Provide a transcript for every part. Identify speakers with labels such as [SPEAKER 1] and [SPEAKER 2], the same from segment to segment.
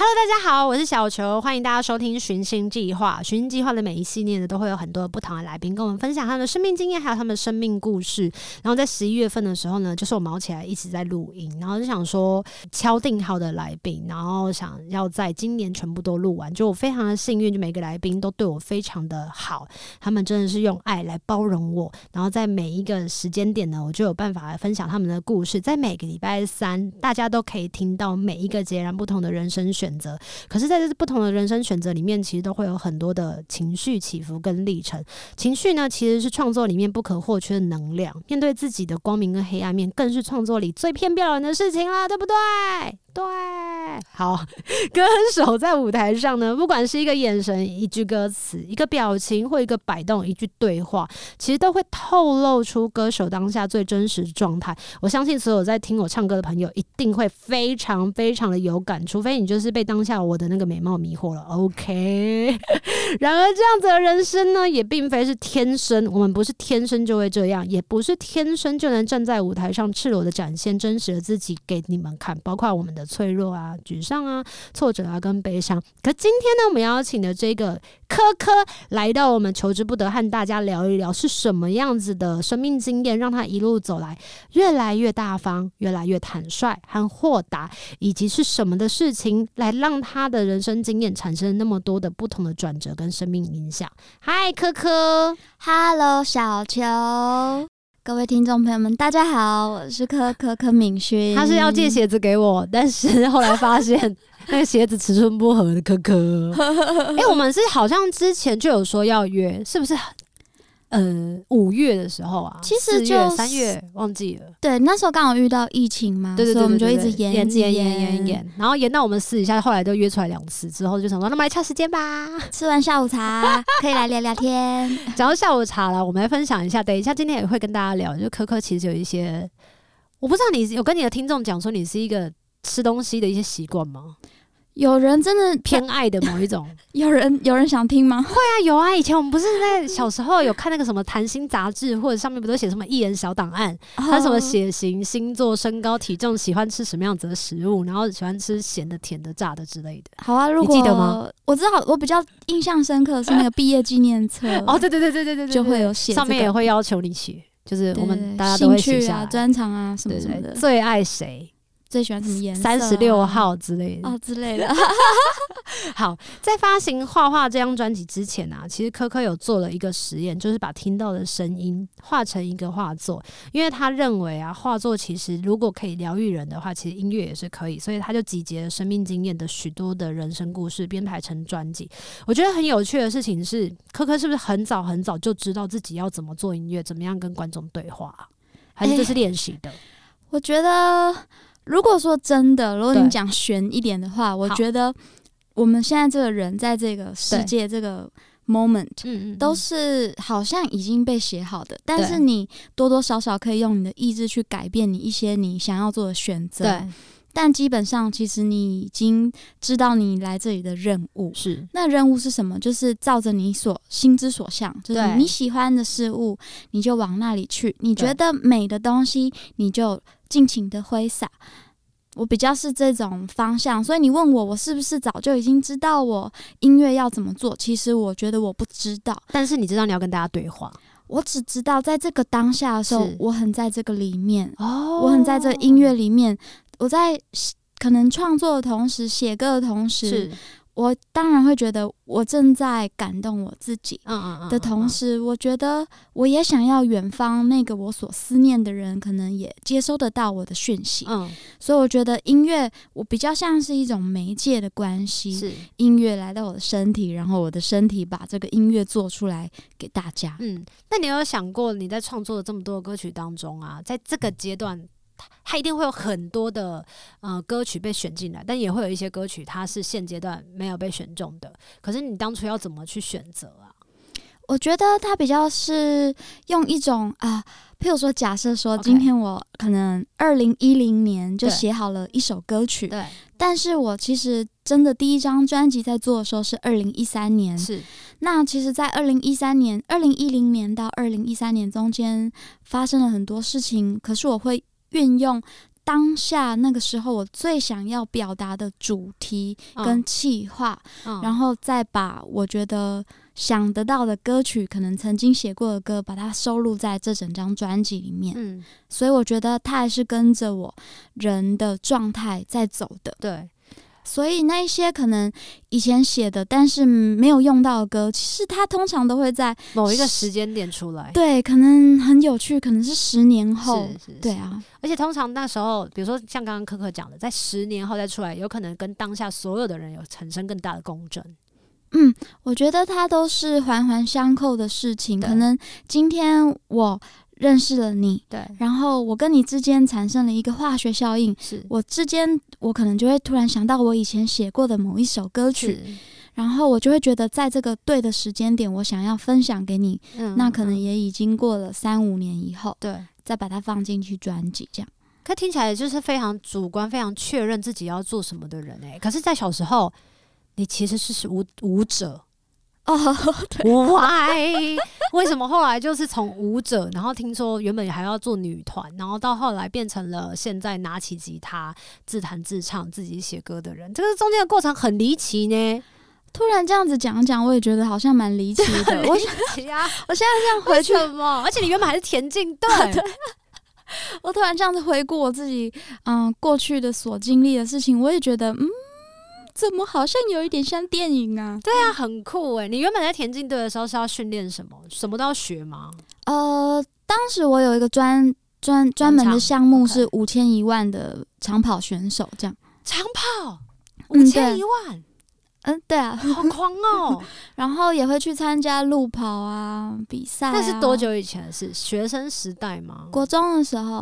[SPEAKER 1] Hello，大家好，我是小球，欢迎大家收听《寻星计划》。《寻星计划》的每一系列呢，都会有很多不同的来宾跟我们分享他们的生命经验，还有他们的生命故事。然后在十一月份的时候呢，就是我毛起来一直在录音，然后就想说敲定好的来宾，然后想要在今年全部都录完。就我非常的幸运，就每个来宾都对我非常的好，他们真的是用爱来包容我。然后在每一个时间点呢，我就有办法来分享他们的故事。在每个礼拜三，大家都可以听到每一个截然不同的人生选择。可是，在这不同的人生选择里面，其实都会有很多的情绪起伏跟历程。情绪呢，其实是创作里面不可或缺的能量。面对自己的光明跟黑暗面，更是创作里最骗不了人的事情啦，对不 对？对，好，歌手在舞台上呢，不管是一个眼神、一句歌词、一个表情或一个摆动、一句对话，其实都会透露出歌手当下最真实的状态。我相信所有在听我唱歌的朋友，一定会非常非常的有感，除非你就是被当下我的那个美貌迷惑了。OK，然 而，这样子的人生呢，也并非是天生，我们不是天生就会这样，也不是天生就能站在舞台上赤裸的展现真实的自己给你们看，包括我们的脆弱啊、沮丧啊、挫折啊跟悲伤。可今天呢，我们邀请的这个科科来到我们求之不得，和大家聊一聊是什么样子的生命经验，让他一路走来越来越大方、越来越坦率和豁达，以及是什么的事情来让他的人生经验产生那么多的不同的转折跟生命影响。嗨，科科，
[SPEAKER 2] Hello，小球，各位听众朋友们，大家好，我是柯柯柯敏勋。
[SPEAKER 1] 他是要借鞋子给我，但 是后来发现那个鞋子尺寸不合的科 科。哎、我们是好像之前就有说要约，是不是？呃，五月的时候啊，
[SPEAKER 2] 其实
[SPEAKER 1] 四
[SPEAKER 2] 就
[SPEAKER 1] 月
[SPEAKER 2] 是
[SPEAKER 1] 三月忘记了，
[SPEAKER 2] 对，那时候刚好遇到疫情嘛，
[SPEAKER 1] 对对对，
[SPEAKER 2] 所以我们就
[SPEAKER 1] 对
[SPEAKER 2] 一
[SPEAKER 1] 对
[SPEAKER 2] 直
[SPEAKER 1] 对
[SPEAKER 2] 延
[SPEAKER 1] 延
[SPEAKER 2] 延
[SPEAKER 1] 延延延，然后延到我们私底下，后来都约出来两次之后，就想说那么来敲时间吧。
[SPEAKER 2] 吃完下午茶可以来聊聊 天。
[SPEAKER 1] 讲到下午茶了，我们来分享一下。等一下，今天也会跟大家聊，就科科其实有一些，我不知道你有跟你的听众讲说你是一个吃东西的一些习惯吗？
[SPEAKER 2] 有人真的
[SPEAKER 1] 偏爱的某一种？对
[SPEAKER 2] 有人有人想听吗？
[SPEAKER 1] 啊，有啊。以前我们不是在小时候有看那个什么谈心杂志，或者上面不都写什么艺人小档案， 他什么血
[SPEAKER 2] 写？
[SPEAKER 1] 型、星座、身高、体重，喜欢吃什么样子的食物，然后喜欢吃咸的、甜的、炸的之类的。
[SPEAKER 2] 好啊，如
[SPEAKER 1] 你
[SPEAKER 2] 果
[SPEAKER 1] 记得吗？，
[SPEAKER 2] 我知道，我比较印象深刻的是那个毕业纪念册
[SPEAKER 1] 哦，对对对对对对对，
[SPEAKER 2] 就会有
[SPEAKER 1] 对
[SPEAKER 2] 写
[SPEAKER 1] 上
[SPEAKER 2] 这
[SPEAKER 1] 面也
[SPEAKER 2] 个
[SPEAKER 1] 会要求你写，就是
[SPEAKER 2] 对
[SPEAKER 1] 我们大家都
[SPEAKER 2] 兴
[SPEAKER 1] 会写
[SPEAKER 2] 趣
[SPEAKER 1] 下
[SPEAKER 2] 啊、
[SPEAKER 1] 来。
[SPEAKER 2] 专长啊什么
[SPEAKER 1] 对
[SPEAKER 2] 什么
[SPEAKER 1] 对
[SPEAKER 2] 的
[SPEAKER 1] 对，，最爱谁？
[SPEAKER 2] 最喜欢什么颜色、啊
[SPEAKER 1] 三十六。号之类的。
[SPEAKER 2] 哦之类的，
[SPEAKER 1] 好，在发行《画画》这张专辑之前啊，其实科科有做了一个实验，就是把听到的声音画成一个画作，因为他认为啊，画作其实如果可以疗愈人的话，其实音乐也是可以，所以他就集结了生命经验的许多的人生故事，编排成专辑。我觉得很有趣的事情是，科科是不是很早很早就知道自己要怎么做音乐，怎么样跟观众对话啊、还是这是练习的？
[SPEAKER 2] 我觉得，如果说真的，如果
[SPEAKER 1] 对
[SPEAKER 2] 你讲悬一点的话，我觉得我们现在这个人在这个世界这个 moment
[SPEAKER 1] 嗯嗯嗯
[SPEAKER 2] 都是好像已经被写好的，但
[SPEAKER 1] 对
[SPEAKER 2] 是你多多少少可以用你的意志去改变你一些你想要做的选择。
[SPEAKER 1] 对，
[SPEAKER 2] 但基本上，其实你已经知道你来这里的任务。
[SPEAKER 1] 是
[SPEAKER 2] 那任务是什么？就是照着你所心之所向，就是
[SPEAKER 1] 对
[SPEAKER 2] 你喜欢的事物，你就往那里去。你
[SPEAKER 1] 对
[SPEAKER 2] 觉得美的东西，你就尽情的挥洒。我比较是这种方向，所以你问我，我是不是早就已经知道我音乐要怎么做？其实我觉得我不知道，
[SPEAKER 1] 但是你知道你要跟大家对话
[SPEAKER 2] 我只知道在这个当下的时候
[SPEAKER 1] 是，
[SPEAKER 2] 我很在这个里面，
[SPEAKER 1] 哦
[SPEAKER 2] 我很在这音乐里面，我在可能创作的同时，写歌的同时，
[SPEAKER 1] 是
[SPEAKER 2] 我当然会觉得我正在感动我自己。
[SPEAKER 1] 嗯嗯嗯
[SPEAKER 2] 的同，时，我觉得我也想要远方那个我所思念的人，可能也接收得到我的讯息。
[SPEAKER 1] 嗯，
[SPEAKER 2] 所以我觉得音乐，我比较像是一种媒介的关系。
[SPEAKER 1] 是
[SPEAKER 2] 音乐来到我的身体，然后我的身体把这个音乐做出来给大家。
[SPEAKER 1] 嗯。那你有想过你在创作的这么多的歌曲当中啊，在这
[SPEAKER 2] 嗯
[SPEAKER 1] 个阶段，它它一定会有很多的呃歌曲被选进来，但也会有一些歌曲它是现阶段没有被选中的。可是你当初要怎么去选择啊？
[SPEAKER 2] 我觉得它比较是用一种啊、譬如说，假设说
[SPEAKER 1] OK
[SPEAKER 2] 今天我可能二零一零年就
[SPEAKER 1] 对
[SPEAKER 2] 写好了一首歌曲，
[SPEAKER 1] 对，
[SPEAKER 2] 但是我其实真的第一张专辑在做的时候是二零一三年，
[SPEAKER 1] 是
[SPEAKER 2] 那其实，在二零一三年、二零一零年到二零一三年中间发生了很多事情，可是我会运用当下那个时候我最想要表达的主题跟企划，
[SPEAKER 1] 嗯
[SPEAKER 2] 然后再把我觉得想得到的歌曲，可能曾经写过的歌，把它收录在这整张专辑里面。
[SPEAKER 1] 嗯，
[SPEAKER 2] 所以我觉得它还是跟着我人的状态在走的。
[SPEAKER 1] 对，
[SPEAKER 2] 所以那一些可能以前写的，但是没有用到的歌，其实它通常都会在
[SPEAKER 1] 某一个时间点出来，
[SPEAKER 2] 对，可能很有趣，可能是十年后
[SPEAKER 1] 是，是
[SPEAKER 2] 对啊，
[SPEAKER 1] 而且通常那时候，比如说像刚刚可可讲的，在十年后再出来，有可能跟当下所有的人有产生更大的共振。
[SPEAKER 2] 嗯，我觉得它都是环环相扣的事情。
[SPEAKER 1] 对
[SPEAKER 2] 可能今天我认识了你，
[SPEAKER 1] 对，
[SPEAKER 2] 然后我跟你之间产生了一个化学效应，
[SPEAKER 1] 是
[SPEAKER 2] 我之间我可能就会突然想到我以前写过的某一首歌曲，
[SPEAKER 1] 是
[SPEAKER 2] 然后我就会觉得在这个对的时间点，我想要分享给你，
[SPEAKER 1] 嗯
[SPEAKER 2] 那可能
[SPEAKER 1] 嗯
[SPEAKER 2] 也已经过了三五年以后，
[SPEAKER 1] 对。
[SPEAKER 2] 再把它放进去专辑这样。
[SPEAKER 1] 可听起来就是非常主观、非常确认自己要做什么的人哎、可是，在小时候，你其实是舞舞者
[SPEAKER 2] 哦， 对，
[SPEAKER 1] ，why？为什么后来就是从舞者，然后听说原本还要做女团，然后到后来变成了现在拿起吉他自弹自唱、自己写歌的人？这个中间的过程很离奇呢，
[SPEAKER 2] 突然这样子讲一讲，我也觉得好像蛮 离奇的。我
[SPEAKER 1] 离 奇啊！
[SPEAKER 2] 我现在这样回去，
[SPEAKER 1] 为什么？而且你原本还是田径 队，
[SPEAKER 2] 我突然这样子回顾我自己，嗯、过去的所经历的事情，我也觉得，嗯，怎么好像有一点像电影啊？
[SPEAKER 1] 对啊，很酷哎、你原本在田径队的时候是要训练什么？什么都要学吗？
[SPEAKER 2] 呃，当时我有一个专专专门的项目
[SPEAKER 1] 专场
[SPEAKER 2] 是五千一万的长跑选手，这样。
[SPEAKER 1] 长跑五
[SPEAKER 2] 嗯
[SPEAKER 1] 千
[SPEAKER 2] 对
[SPEAKER 1] 一万，
[SPEAKER 2] 嗯，对啊，
[SPEAKER 1] 好狂 哦！
[SPEAKER 2] 然后也会去参加路跑啊比赛、啊。
[SPEAKER 1] 那是多？久以前的事？学生时代吗？
[SPEAKER 2] 国中的时候，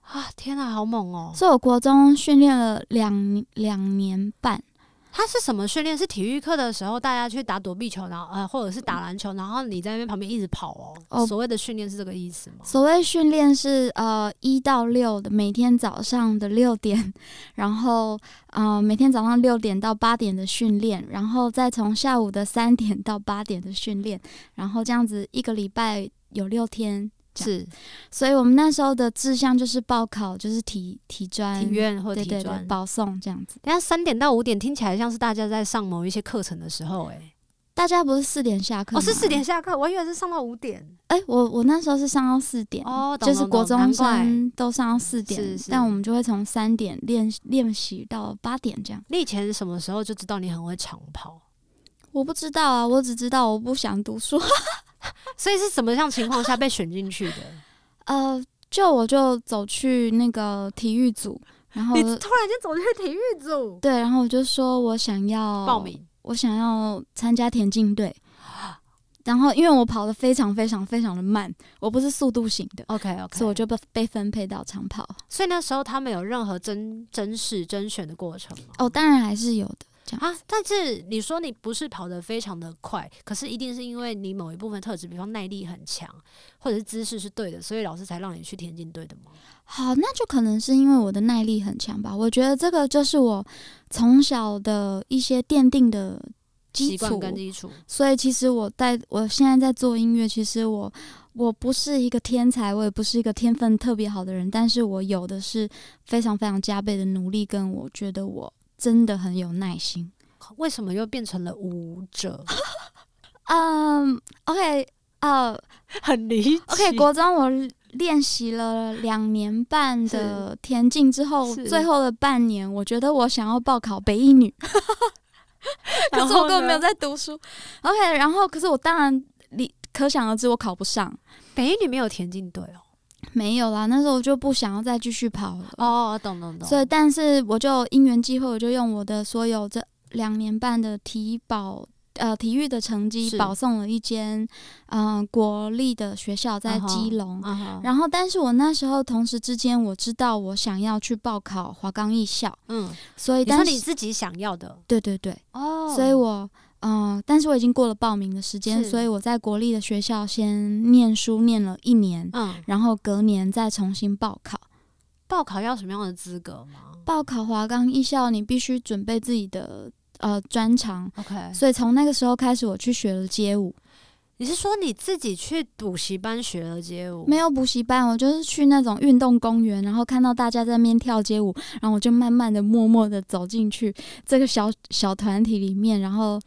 [SPEAKER 1] 啊，天啊，好猛哦！
[SPEAKER 2] 所以我国中训练了两两年半。
[SPEAKER 1] 他是什么训练？是体育课的时候大家去打躲避球，然后呃，或者是打篮球，然后你在那边旁边一直跑哦。
[SPEAKER 2] 哦
[SPEAKER 1] 所谓的训练是这个意思吗？
[SPEAKER 2] 所谓训练是呃一到六的，每天早上的六点，然后呃每天早上六点到八点的训练，然后再从下午的三点到八点的训练，然后这样子一个礼拜有六天。这
[SPEAKER 1] 是
[SPEAKER 2] 所以我们那时候的志向就是报考，就是体体专、
[SPEAKER 1] 体院或
[SPEAKER 2] 嗯对
[SPEAKER 1] 体
[SPEAKER 2] 对对
[SPEAKER 1] 专。
[SPEAKER 2] 保送这样子。
[SPEAKER 1] 等一下三点到五点听起来像是大家在上某一些课程的时候、哎，
[SPEAKER 2] 大家不是四点下课吗？
[SPEAKER 1] 哦，是四点下课，我以为是上到五点。
[SPEAKER 2] 哎、我我那时候是上到四点，
[SPEAKER 1] 哦懂
[SPEAKER 2] 就是
[SPEAKER 1] 懂
[SPEAKER 2] 国
[SPEAKER 1] 懂
[SPEAKER 2] 中
[SPEAKER 1] 难怪
[SPEAKER 2] 生都上到四点，
[SPEAKER 1] 是是
[SPEAKER 2] 但我们就会从三点练练习到八点这样。
[SPEAKER 1] 你以前什么时候就知道你很会长跑？
[SPEAKER 2] 我不知道啊，我只知道我不想读书。
[SPEAKER 1] 所以是什么样情况下被选进去的？
[SPEAKER 2] 呃，就我就走去那个体育组，然 后
[SPEAKER 1] 你突然间走进体育组
[SPEAKER 2] 对，然后我就说我想要
[SPEAKER 1] 哦报，名，
[SPEAKER 2] 我想要参加田径队。然后因为我跑得非常非常非常的慢，我不是速度型的
[SPEAKER 1] OK OK，
[SPEAKER 2] 所以我就被被分配到长跑。
[SPEAKER 1] 所以那时候他们有任何甄甄试甄选的过程吗？
[SPEAKER 2] 哦，当然还是有的。这样
[SPEAKER 1] 啊，但是你说你不是跑得非常的快，可是一定是因为你某一部分特质，比方耐力很强，或者是姿势是对的，所以老师才让你去田径队的吗？
[SPEAKER 2] 好，那就可能是因为我的耐力很强吧。我觉得这个就是我从小的一些奠定的基
[SPEAKER 1] 习
[SPEAKER 2] 础
[SPEAKER 1] 惯，跟基础，
[SPEAKER 2] 所以其实我在我现在在做音乐，其实我我不是一个天才，我也不是一个天分特别好的人，但是我有的是非常非常加倍的努力，跟我觉得我真的很有耐心。
[SPEAKER 1] 为什么又变成了舞者？
[SPEAKER 2] 嗯、o k 呃、
[SPEAKER 1] 很离奇。
[SPEAKER 2] OK，国中我练习了两年半的田径之后，
[SPEAKER 1] 是
[SPEAKER 2] 最后的半年，我觉得我想要报考北一女， 可
[SPEAKER 1] 然
[SPEAKER 2] 是
[SPEAKER 1] 后
[SPEAKER 2] 我根本没有
[SPEAKER 1] 呢
[SPEAKER 2] 在读书。OK，然后可是我当然你可想而知，我考不上，
[SPEAKER 1] 北一女没有田径队哦。
[SPEAKER 2] 没有啦。那时候我就不想要再继续跑了，
[SPEAKER 1] 哦，懂懂懂。
[SPEAKER 2] 所以但是我就因缘际会，我就用我的所有这两年半的体保。呃，体育的成绩
[SPEAKER 1] 是
[SPEAKER 2] 保送了一间，嗯、国立的学校在
[SPEAKER 1] 嗯哼
[SPEAKER 2] 基隆。
[SPEAKER 1] 啊哈，
[SPEAKER 2] 然后，但是我那时候同时之间，我知道我想要去报考华冈艺校，
[SPEAKER 1] 嗯，
[SPEAKER 2] 所以
[SPEAKER 1] 你说
[SPEAKER 2] 但
[SPEAKER 1] 你
[SPEAKER 2] 是
[SPEAKER 1] 自己想要的
[SPEAKER 2] 对对对，
[SPEAKER 1] 哦
[SPEAKER 2] 所以我嗯、但是我已经过了报名的时间，
[SPEAKER 1] 是
[SPEAKER 2] 所以我在国立的学校先念书念了一年，
[SPEAKER 1] 嗯，
[SPEAKER 2] 然后隔年再重新报考。
[SPEAKER 1] 报考要什么样的资格吗
[SPEAKER 2] 报考华冈艺校，你必须准备自己的呃专长，
[SPEAKER 1] ？OK，
[SPEAKER 2] 所以从那个时候开始，我去学了街舞，
[SPEAKER 1] 你是说你自己去补习班学了街舞？
[SPEAKER 2] 没有补习班，我就是去那种运动公园，然后看到大家在那边跳街舞，然后我就慢慢的、默默的走进去这个小小团体里面，然后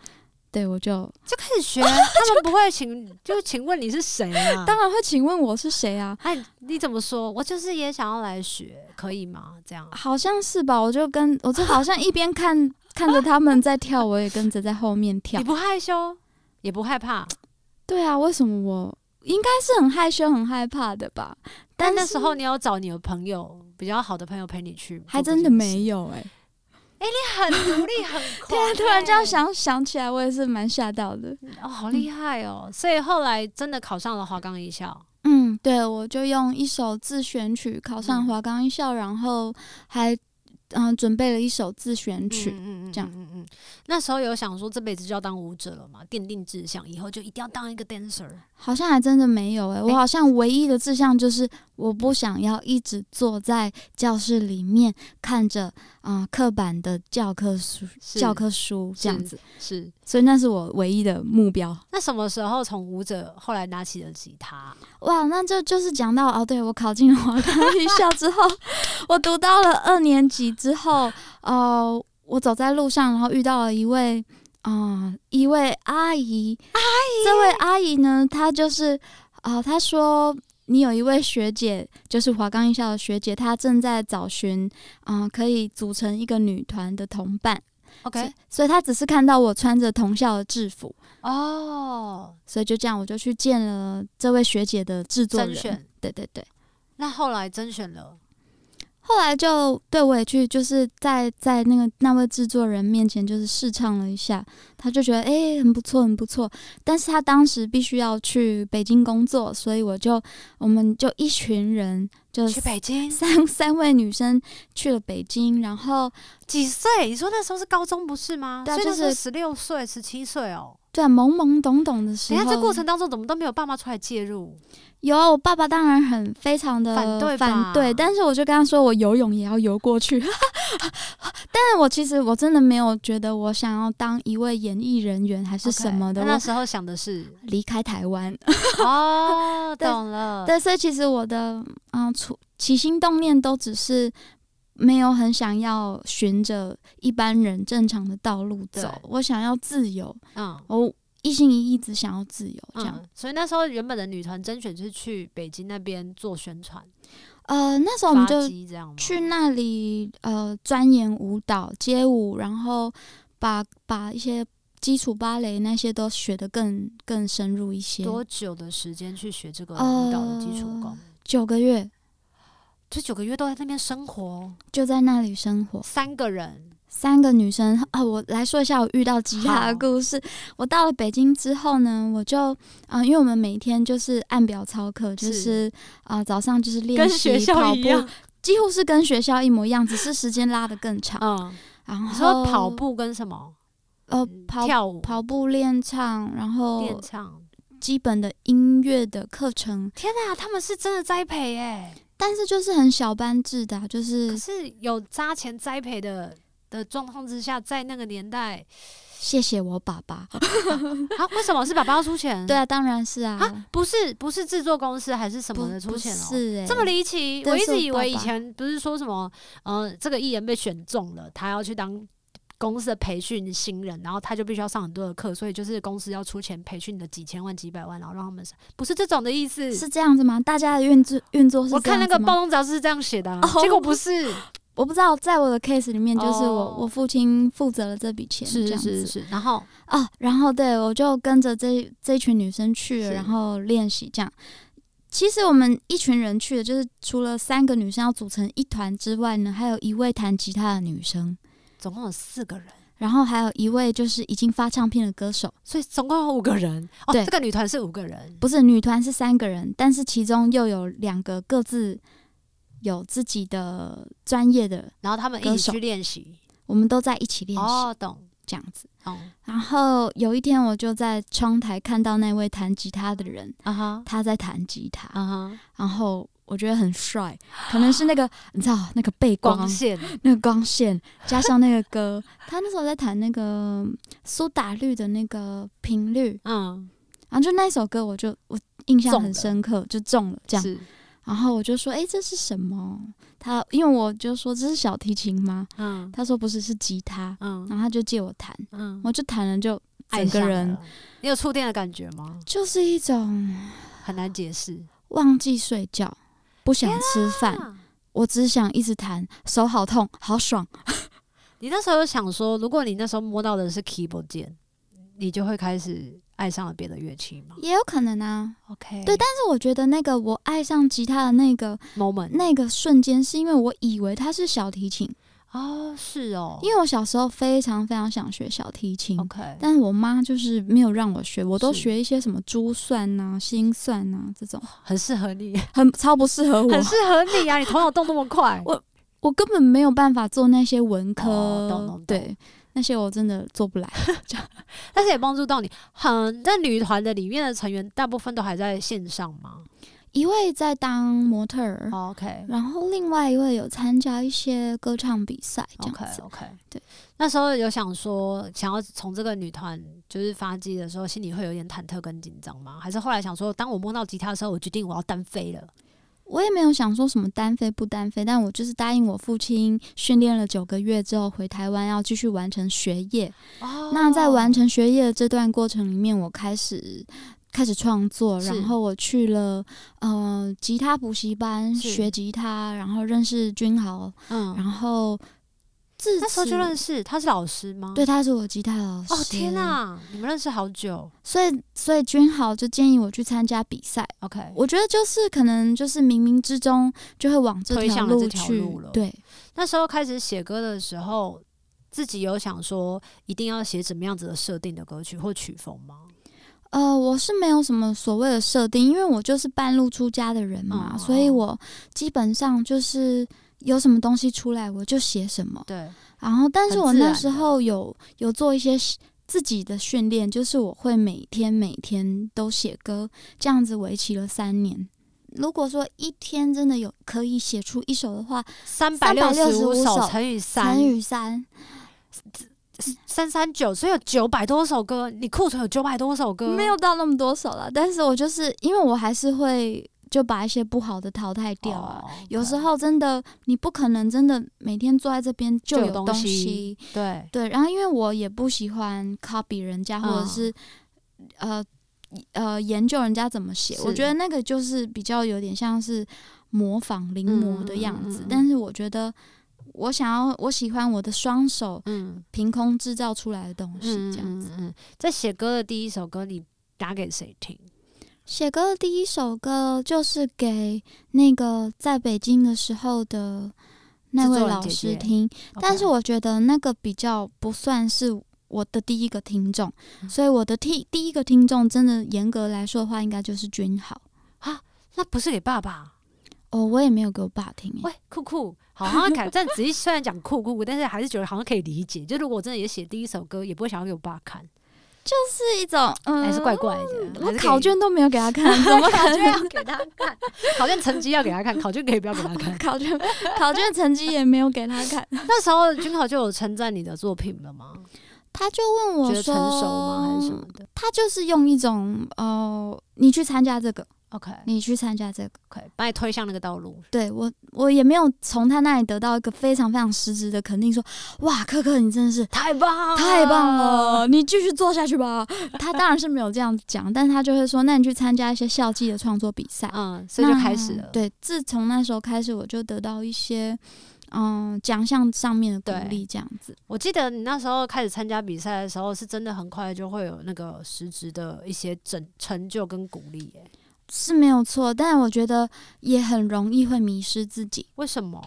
[SPEAKER 2] 对我就
[SPEAKER 1] 就开始 学，他们不会请，就请问你是谁啊？
[SPEAKER 2] 当然会请问我是谁啊？
[SPEAKER 1] 哎，你怎么说？我就是也想要来学，可以吗？这样
[SPEAKER 2] 好像是吧，我就跟我就好像一边看看着他们在跳，我也跟着在后面跳
[SPEAKER 1] 你。不害羞，也不害怕，
[SPEAKER 2] 对啊，为什么我应该是很害羞、很害怕的吧？
[SPEAKER 1] 但
[SPEAKER 2] 是
[SPEAKER 1] 那时候你有找你的朋友，比较好的朋友陪你去吗，
[SPEAKER 2] 还真的没有
[SPEAKER 1] 做
[SPEAKER 2] 哎、
[SPEAKER 1] 这件事，你很独立，很
[SPEAKER 2] 对
[SPEAKER 1] 狂、
[SPEAKER 2] 啊，突然这样，想想起来，我也是蛮吓到的。
[SPEAKER 1] 哦，
[SPEAKER 2] 嗯
[SPEAKER 1] 好厉害哦！所以后来真的考上了华冈艺校，
[SPEAKER 2] 嗯，对，我就用一首自选曲考
[SPEAKER 1] 嗯
[SPEAKER 2] 上华冈艺校，然后还嗯、准备了一首自选曲。
[SPEAKER 1] 嗯
[SPEAKER 2] 这样
[SPEAKER 1] 嗯嗯。那时候有想说这辈子就要当舞者了嘛，奠定志向，以后就一定要当一个 dancer。
[SPEAKER 2] 好像还真的没有诶、欸我好像唯一的志向就是我不想要一直坐在教室里面看着啊、呃刻板的教科书、
[SPEAKER 1] 是
[SPEAKER 2] 教科书这样
[SPEAKER 1] 是
[SPEAKER 2] 子，
[SPEAKER 1] 是，
[SPEAKER 2] 所以那是我唯一的目标。
[SPEAKER 1] 那什么时候从舞者后来拿起了吉他？
[SPEAKER 2] 哇，那这就是讲到哦，对我考进了华冈艺校之后， 我读到了二年级之后，呃，我走在路上，然后遇到了一位，啊、一位阿姨，阿姨，这位阿姨呢，她就是，啊、她说你有一位学姐，就是华冈艺校的学姐，她正在找寻，啊、可以组成一个女团的同伴
[SPEAKER 1] OK，
[SPEAKER 2] 所以所以她只是看到我穿着同校的制服，
[SPEAKER 1] 哦，
[SPEAKER 2] 所以就这样，我就去见了这位学姐的制作
[SPEAKER 1] 甄
[SPEAKER 2] 人。
[SPEAKER 1] 选。
[SPEAKER 2] 对对对，
[SPEAKER 1] 那后来甄选了，
[SPEAKER 2] 后来就对我也去，就是在在那个那位制作人面前，就是试唱了一下，他就觉得诶很不错，很不错。但是他当时必须要去北京工作，所以我就我们就一群人就
[SPEAKER 1] 去北京，
[SPEAKER 2] 三三位女生去了北京，然后
[SPEAKER 1] 几岁？你说那时候是高中不是吗？
[SPEAKER 2] 对啊
[SPEAKER 1] 所以
[SPEAKER 2] 就
[SPEAKER 1] 那时候
[SPEAKER 2] 是
[SPEAKER 1] 十六岁、十七岁哦。
[SPEAKER 2] 对啊懵懵懂懂的时
[SPEAKER 1] 等一
[SPEAKER 2] 候，
[SPEAKER 1] 下哎这过程当中怎么都没有爸妈出来介入？
[SPEAKER 2] 有啊我爸爸当然很非常的
[SPEAKER 1] 反对吧
[SPEAKER 2] 反对，但是我就跟他说我游泳也要游过去， 但是我其实我真的没有觉得我想要当一位演艺人员还是
[SPEAKER 1] OK，
[SPEAKER 2] 什么
[SPEAKER 1] 那
[SPEAKER 2] 的
[SPEAKER 1] 呃那
[SPEAKER 2] 我
[SPEAKER 1] 时候想的是
[SPEAKER 2] 离开台湾。
[SPEAKER 1] 哦，
[SPEAKER 2] 但
[SPEAKER 1] 懂了。
[SPEAKER 2] 对，所以其实我的嗯，出起心动念都只是没有很想要循着一般人正常的道路走
[SPEAKER 1] 对，
[SPEAKER 2] 我想要自由，
[SPEAKER 1] 嗯
[SPEAKER 2] 我一心一意只想要自由这样。
[SPEAKER 1] 嗯，所以那时候原本的女团甄选是去北京那边做宣传，
[SPEAKER 2] 呃，那时候我
[SPEAKER 1] 发
[SPEAKER 2] 们就
[SPEAKER 1] 机这样吗？
[SPEAKER 2] 去那里呃钻研舞蹈、街舞，然后把把一些基础芭蕾那些都学得更更深入一些。
[SPEAKER 1] 多久的时间去学这个舞蹈的基础功？
[SPEAKER 2] 九个月
[SPEAKER 1] 这九个月都在那边生活，
[SPEAKER 2] 就在那里生活，
[SPEAKER 1] 三个人
[SPEAKER 2] 三个女生啊、我来说一下我遇到吉他的故事。我到了北京之后呢，我就啊、因为我们每天就是按表操课，就是是啊、早上就是练
[SPEAKER 1] 跟
[SPEAKER 2] 习
[SPEAKER 1] 学校
[SPEAKER 2] 跑
[SPEAKER 1] 一
[SPEAKER 2] 步
[SPEAKER 1] 样。
[SPEAKER 2] 几乎是跟学校一模一样，只是时间拉得更长。
[SPEAKER 1] 嗯，
[SPEAKER 2] 然后
[SPEAKER 1] 你说跑步跟什么？嗯
[SPEAKER 2] 呃跑
[SPEAKER 1] 跳舞、
[SPEAKER 2] 跑步练唱，然后
[SPEAKER 1] 练唱。
[SPEAKER 2] 基本的音乐的课程，
[SPEAKER 1] 天哪、他们是真的栽培哎、
[SPEAKER 2] 但是就是很小班制的啊、就
[SPEAKER 1] 可
[SPEAKER 2] 是
[SPEAKER 1] 是有扎钱栽培的的状况之下，在那个年 代，
[SPEAKER 2] 谢谢我爸爸。
[SPEAKER 1] 啊，为什么是爸爸要出 钱？
[SPEAKER 2] 对啊，当然是啊，
[SPEAKER 1] 啊，不是不是制作公司还是什
[SPEAKER 2] 不
[SPEAKER 1] 么的出钱哦、
[SPEAKER 2] 不是、欸、
[SPEAKER 1] 这么离奇，
[SPEAKER 2] 对
[SPEAKER 1] 我一
[SPEAKER 2] 是
[SPEAKER 1] 直
[SPEAKER 2] 我
[SPEAKER 1] 以为以
[SPEAKER 2] 爸爸
[SPEAKER 1] 前不是说什么，呃，这个艺人被选中了，他要去当公司的培训新人，然后他就必须要上很多的课，所以就是公司要出钱培训的几千万、几百万，然后让他们上，不是这种的意思。
[SPEAKER 2] 是这样子吗？大家的运作运作是
[SPEAKER 1] 我
[SPEAKER 2] 这
[SPEAKER 1] 看那
[SPEAKER 2] 样
[SPEAKER 1] 个
[SPEAKER 2] 子吗
[SPEAKER 1] 报，章杂志是这样写的、啊，
[SPEAKER 2] 哦
[SPEAKER 1] 结果不 是，
[SPEAKER 2] 我不知道，在我的 case 里面，就是我、
[SPEAKER 1] 哦
[SPEAKER 2] 我父亲负责了这笔钱，这
[SPEAKER 1] 是
[SPEAKER 2] 样
[SPEAKER 1] 是
[SPEAKER 2] 子
[SPEAKER 1] 是，然后
[SPEAKER 2] 哦，然后对我就跟着这这群女生去了，
[SPEAKER 1] 是
[SPEAKER 2] 然后练习这样。其实我们一群人去的，就是除了三个女生要组成一团之外呢，还有一位弹吉他的女生，
[SPEAKER 1] 总共有四个人，
[SPEAKER 2] 然后还有一位就是已经发唱片的歌手。
[SPEAKER 1] 所以总共有五个人。哦，
[SPEAKER 2] 对
[SPEAKER 1] 这个女团是五个人，
[SPEAKER 2] 不是女团是三个人，但是其中又有两个各自有自己的专业的，
[SPEAKER 1] 然后他们
[SPEAKER 2] 歌
[SPEAKER 1] 一起
[SPEAKER 2] 手
[SPEAKER 1] 去练习。
[SPEAKER 2] 我们都在一起练习、
[SPEAKER 1] 哦，懂。
[SPEAKER 2] 这样子。
[SPEAKER 1] 嗯
[SPEAKER 2] 然后有一天，我就在窗台看到那位弹吉他的人，
[SPEAKER 1] 啊哈
[SPEAKER 2] 他在弹吉他，
[SPEAKER 1] 啊哈，
[SPEAKER 2] 然后我觉得很帅，可能是那个 你知道那个背光
[SPEAKER 1] 光线
[SPEAKER 2] 那个光线，加上那个歌，他那时候在弹那个苏打绿的那个频率，
[SPEAKER 1] 嗯
[SPEAKER 2] 然后就那首歌，我就我印象
[SPEAKER 1] 中
[SPEAKER 2] 很
[SPEAKER 1] 了
[SPEAKER 2] 深刻，就中了这样。
[SPEAKER 1] 是
[SPEAKER 2] 然后我就说：“诶，这是什么？”他因为我就说这是小提琴吗？
[SPEAKER 1] 嗯
[SPEAKER 2] 他说不是，是吉他。
[SPEAKER 1] 嗯
[SPEAKER 2] 然后他就借我弹，
[SPEAKER 1] 嗯，
[SPEAKER 2] 我就弹了，就
[SPEAKER 1] 爱
[SPEAKER 2] 整个
[SPEAKER 1] 上
[SPEAKER 2] 人
[SPEAKER 1] 了你有触电的感觉吗？
[SPEAKER 2] 就是一种
[SPEAKER 1] 很难解释。
[SPEAKER 2] 忘记睡觉，不想吃饭，
[SPEAKER 1] 啊
[SPEAKER 2] 我只想一直弹，手好痛，好爽。
[SPEAKER 1] 哦你那时候有想说，如果你那时候摸到的是 keyboard 键，你就会开始爱上了别的乐器吗
[SPEAKER 2] 也有可能啊，
[SPEAKER 1] ？OK，嗯
[SPEAKER 2] 对但是我觉得那个我爱上吉他的那个
[SPEAKER 1] ，moment
[SPEAKER 2] 那个瞬间，是因为我以为它是小提琴，
[SPEAKER 1] 哦，是哦，
[SPEAKER 2] 因为我小时候非常非常想学小提琴。
[SPEAKER 1] OK，
[SPEAKER 2] 但是我妈就是没有让我学，我都
[SPEAKER 1] 是
[SPEAKER 2] 学一些什么珠算呐、心算呐、这种，
[SPEAKER 1] 很适合你，
[SPEAKER 2] 很超不适合我，
[SPEAKER 1] 哦很适合你啊！你头脑动那么快，
[SPEAKER 2] 我我根本没有办法做那些文科，
[SPEAKER 1] 哦懂懂懂
[SPEAKER 2] 对那些我真的做不来。
[SPEAKER 1] 但是也帮助到你。很在女团的里面的成员，大部分都还在线上吗
[SPEAKER 2] 一位在当模特儿，
[SPEAKER 1] ？OK
[SPEAKER 2] 然后另外一位有参加一些歌唱比赛这样
[SPEAKER 1] OK 哦
[SPEAKER 2] 子。
[SPEAKER 1] OK，
[SPEAKER 2] 对。
[SPEAKER 1] 那时候有想说，想要从这个女团就是发迹的时候，心里会有点忐忑跟紧张吗？还是后来想说，当我摸到吉他的时候，我决定我要单飞了。
[SPEAKER 2] 我也没有想说什么单飞不单飞，但我就是答应我父亲，训练了九个月之后回台湾要继续完成学业。
[SPEAKER 1] 哦
[SPEAKER 2] 那在完成学业的这段过程里面，我开始。开始创作，
[SPEAKER 1] 是
[SPEAKER 2] 然后我去了呃吉他补习班
[SPEAKER 1] 是
[SPEAKER 2] 学吉他，然后认识君豪，然
[SPEAKER 1] 嗯，
[SPEAKER 2] 后自
[SPEAKER 1] 那时候就
[SPEAKER 2] 此
[SPEAKER 1] 认识，他是老师吗？
[SPEAKER 2] 对，。他是我吉他老师。
[SPEAKER 1] 哦天！啊，你们认识好久
[SPEAKER 2] 所以所以君豪就建议我去参加比赛，
[SPEAKER 1] ？OK，
[SPEAKER 2] 我觉得就是可能就是冥冥之中就会往这
[SPEAKER 1] 推
[SPEAKER 2] 条
[SPEAKER 1] 向了这条
[SPEAKER 2] 去。
[SPEAKER 1] 路了
[SPEAKER 2] 对，
[SPEAKER 1] 那时候开始写歌的时候，自己有想说一定要写怎么样子的设定的歌曲或曲风吗？
[SPEAKER 2] 呃，我是没有什么所谓的设定，因为我就是半路出家的人嘛，
[SPEAKER 1] 哦
[SPEAKER 2] 所以我基本上就是。有什么东西出来我就写什么，
[SPEAKER 1] 对，
[SPEAKER 2] 然后但是
[SPEAKER 1] 很
[SPEAKER 2] 我
[SPEAKER 1] 自然
[SPEAKER 2] 那
[SPEAKER 1] 的
[SPEAKER 2] 时候有有做一些自己的训练，就是我会每天每天都写歌，这样子为期了三年。如果说一天真的有可以写出一首的话，
[SPEAKER 1] 三百六十
[SPEAKER 2] 365
[SPEAKER 1] 五
[SPEAKER 2] 首
[SPEAKER 1] 首乘以三
[SPEAKER 2] 乘以三，
[SPEAKER 1] 三三九，所以有九百多首歌，你库存有九百多首歌，
[SPEAKER 2] 没有到那么多首了，但是我就是因为我还是会就把一些不好的淘汰掉啊。
[SPEAKER 1] 哦
[SPEAKER 2] 有时候真的你不可能真的每天坐在这边就
[SPEAKER 1] 就
[SPEAKER 2] 有
[SPEAKER 1] 有东西
[SPEAKER 2] 西
[SPEAKER 1] 对
[SPEAKER 2] 对，然后因为我也不喜欢 copy 人家，或者
[SPEAKER 1] 嗯
[SPEAKER 2] 是、呃呃研究人家怎么写，我
[SPEAKER 1] 是
[SPEAKER 2] 觉得那个就是比较有点像是模仿临摹的样
[SPEAKER 1] 嗯
[SPEAKER 2] 子。
[SPEAKER 1] 嗯嗯嗯嗯
[SPEAKER 2] 但是我觉得我想要，我喜欢我的双手
[SPEAKER 1] 嗯
[SPEAKER 2] 凭空制造出来的东西，
[SPEAKER 1] 嗯
[SPEAKER 2] 这样子。
[SPEAKER 1] 嗯嗯，在写歌的第一首歌你打给谁听？
[SPEAKER 2] 写歌的第一首歌就是给那个在北京的时候的那
[SPEAKER 1] 制
[SPEAKER 2] 位
[SPEAKER 1] 作人
[SPEAKER 2] 老
[SPEAKER 1] 姐
[SPEAKER 2] 师
[SPEAKER 1] 姐
[SPEAKER 2] 听，但是
[SPEAKER 1] OK
[SPEAKER 2] 我觉得那个比较不算是我的第一个听众，
[SPEAKER 1] 嗯
[SPEAKER 2] 所以我的第第一个听众真的严格来说的话，应该就是君豪。
[SPEAKER 1] 那不是给爸爸。
[SPEAKER 2] 哦，我也没有给我爸听、欸，
[SPEAKER 1] 喂，酷酷，好好像看，但仔细虽然讲酷酷，但是还是觉得好像可以理解。就如果我真的也写第一首歌，也不会想要给我爸看，
[SPEAKER 2] 是一种嗯，
[SPEAKER 1] 还是怪怪的。
[SPEAKER 2] 我
[SPEAKER 1] 还是
[SPEAKER 2] 考
[SPEAKER 1] 给
[SPEAKER 2] 卷都没有 给他看，怎么。
[SPEAKER 1] 考卷要给他看，考卷成绩要给他看，考卷可以不要给他看
[SPEAKER 2] 考卷考卷成绩也没有给他看？
[SPEAKER 1] 那时候君豪就有称赞你的作品了吗？
[SPEAKER 2] 他就问我
[SPEAKER 1] 觉得
[SPEAKER 2] 说
[SPEAKER 1] 成熟吗，还是什么？的
[SPEAKER 2] 他就是用一种哦，你去参加这个，
[SPEAKER 1] ？OK
[SPEAKER 2] 你去参加这个。
[SPEAKER 1] OK，把你推向那个道路。
[SPEAKER 2] 对我，我也没有从他那里得到一个非常非常实质的肯定，说哇，可可你真的是
[SPEAKER 1] 太棒，
[SPEAKER 2] 太棒！了，你继续做下去吧。他当然是没有这样讲，但他就会说，那你去参加一些校际的创作比赛，
[SPEAKER 1] 嗯，所以就
[SPEAKER 2] 那
[SPEAKER 1] 开始了。
[SPEAKER 2] 对，自从那时候开始，我就得到一些嗯奖项上面的鼓
[SPEAKER 1] 对
[SPEAKER 2] 励，这样子。
[SPEAKER 1] 我记得你那时候开始参加比赛的时候，是真的很快就会有那个实质的一些整成就跟鼓励耶。
[SPEAKER 2] 是没有错，但我觉得也很容易会迷失自己。
[SPEAKER 1] 为什么？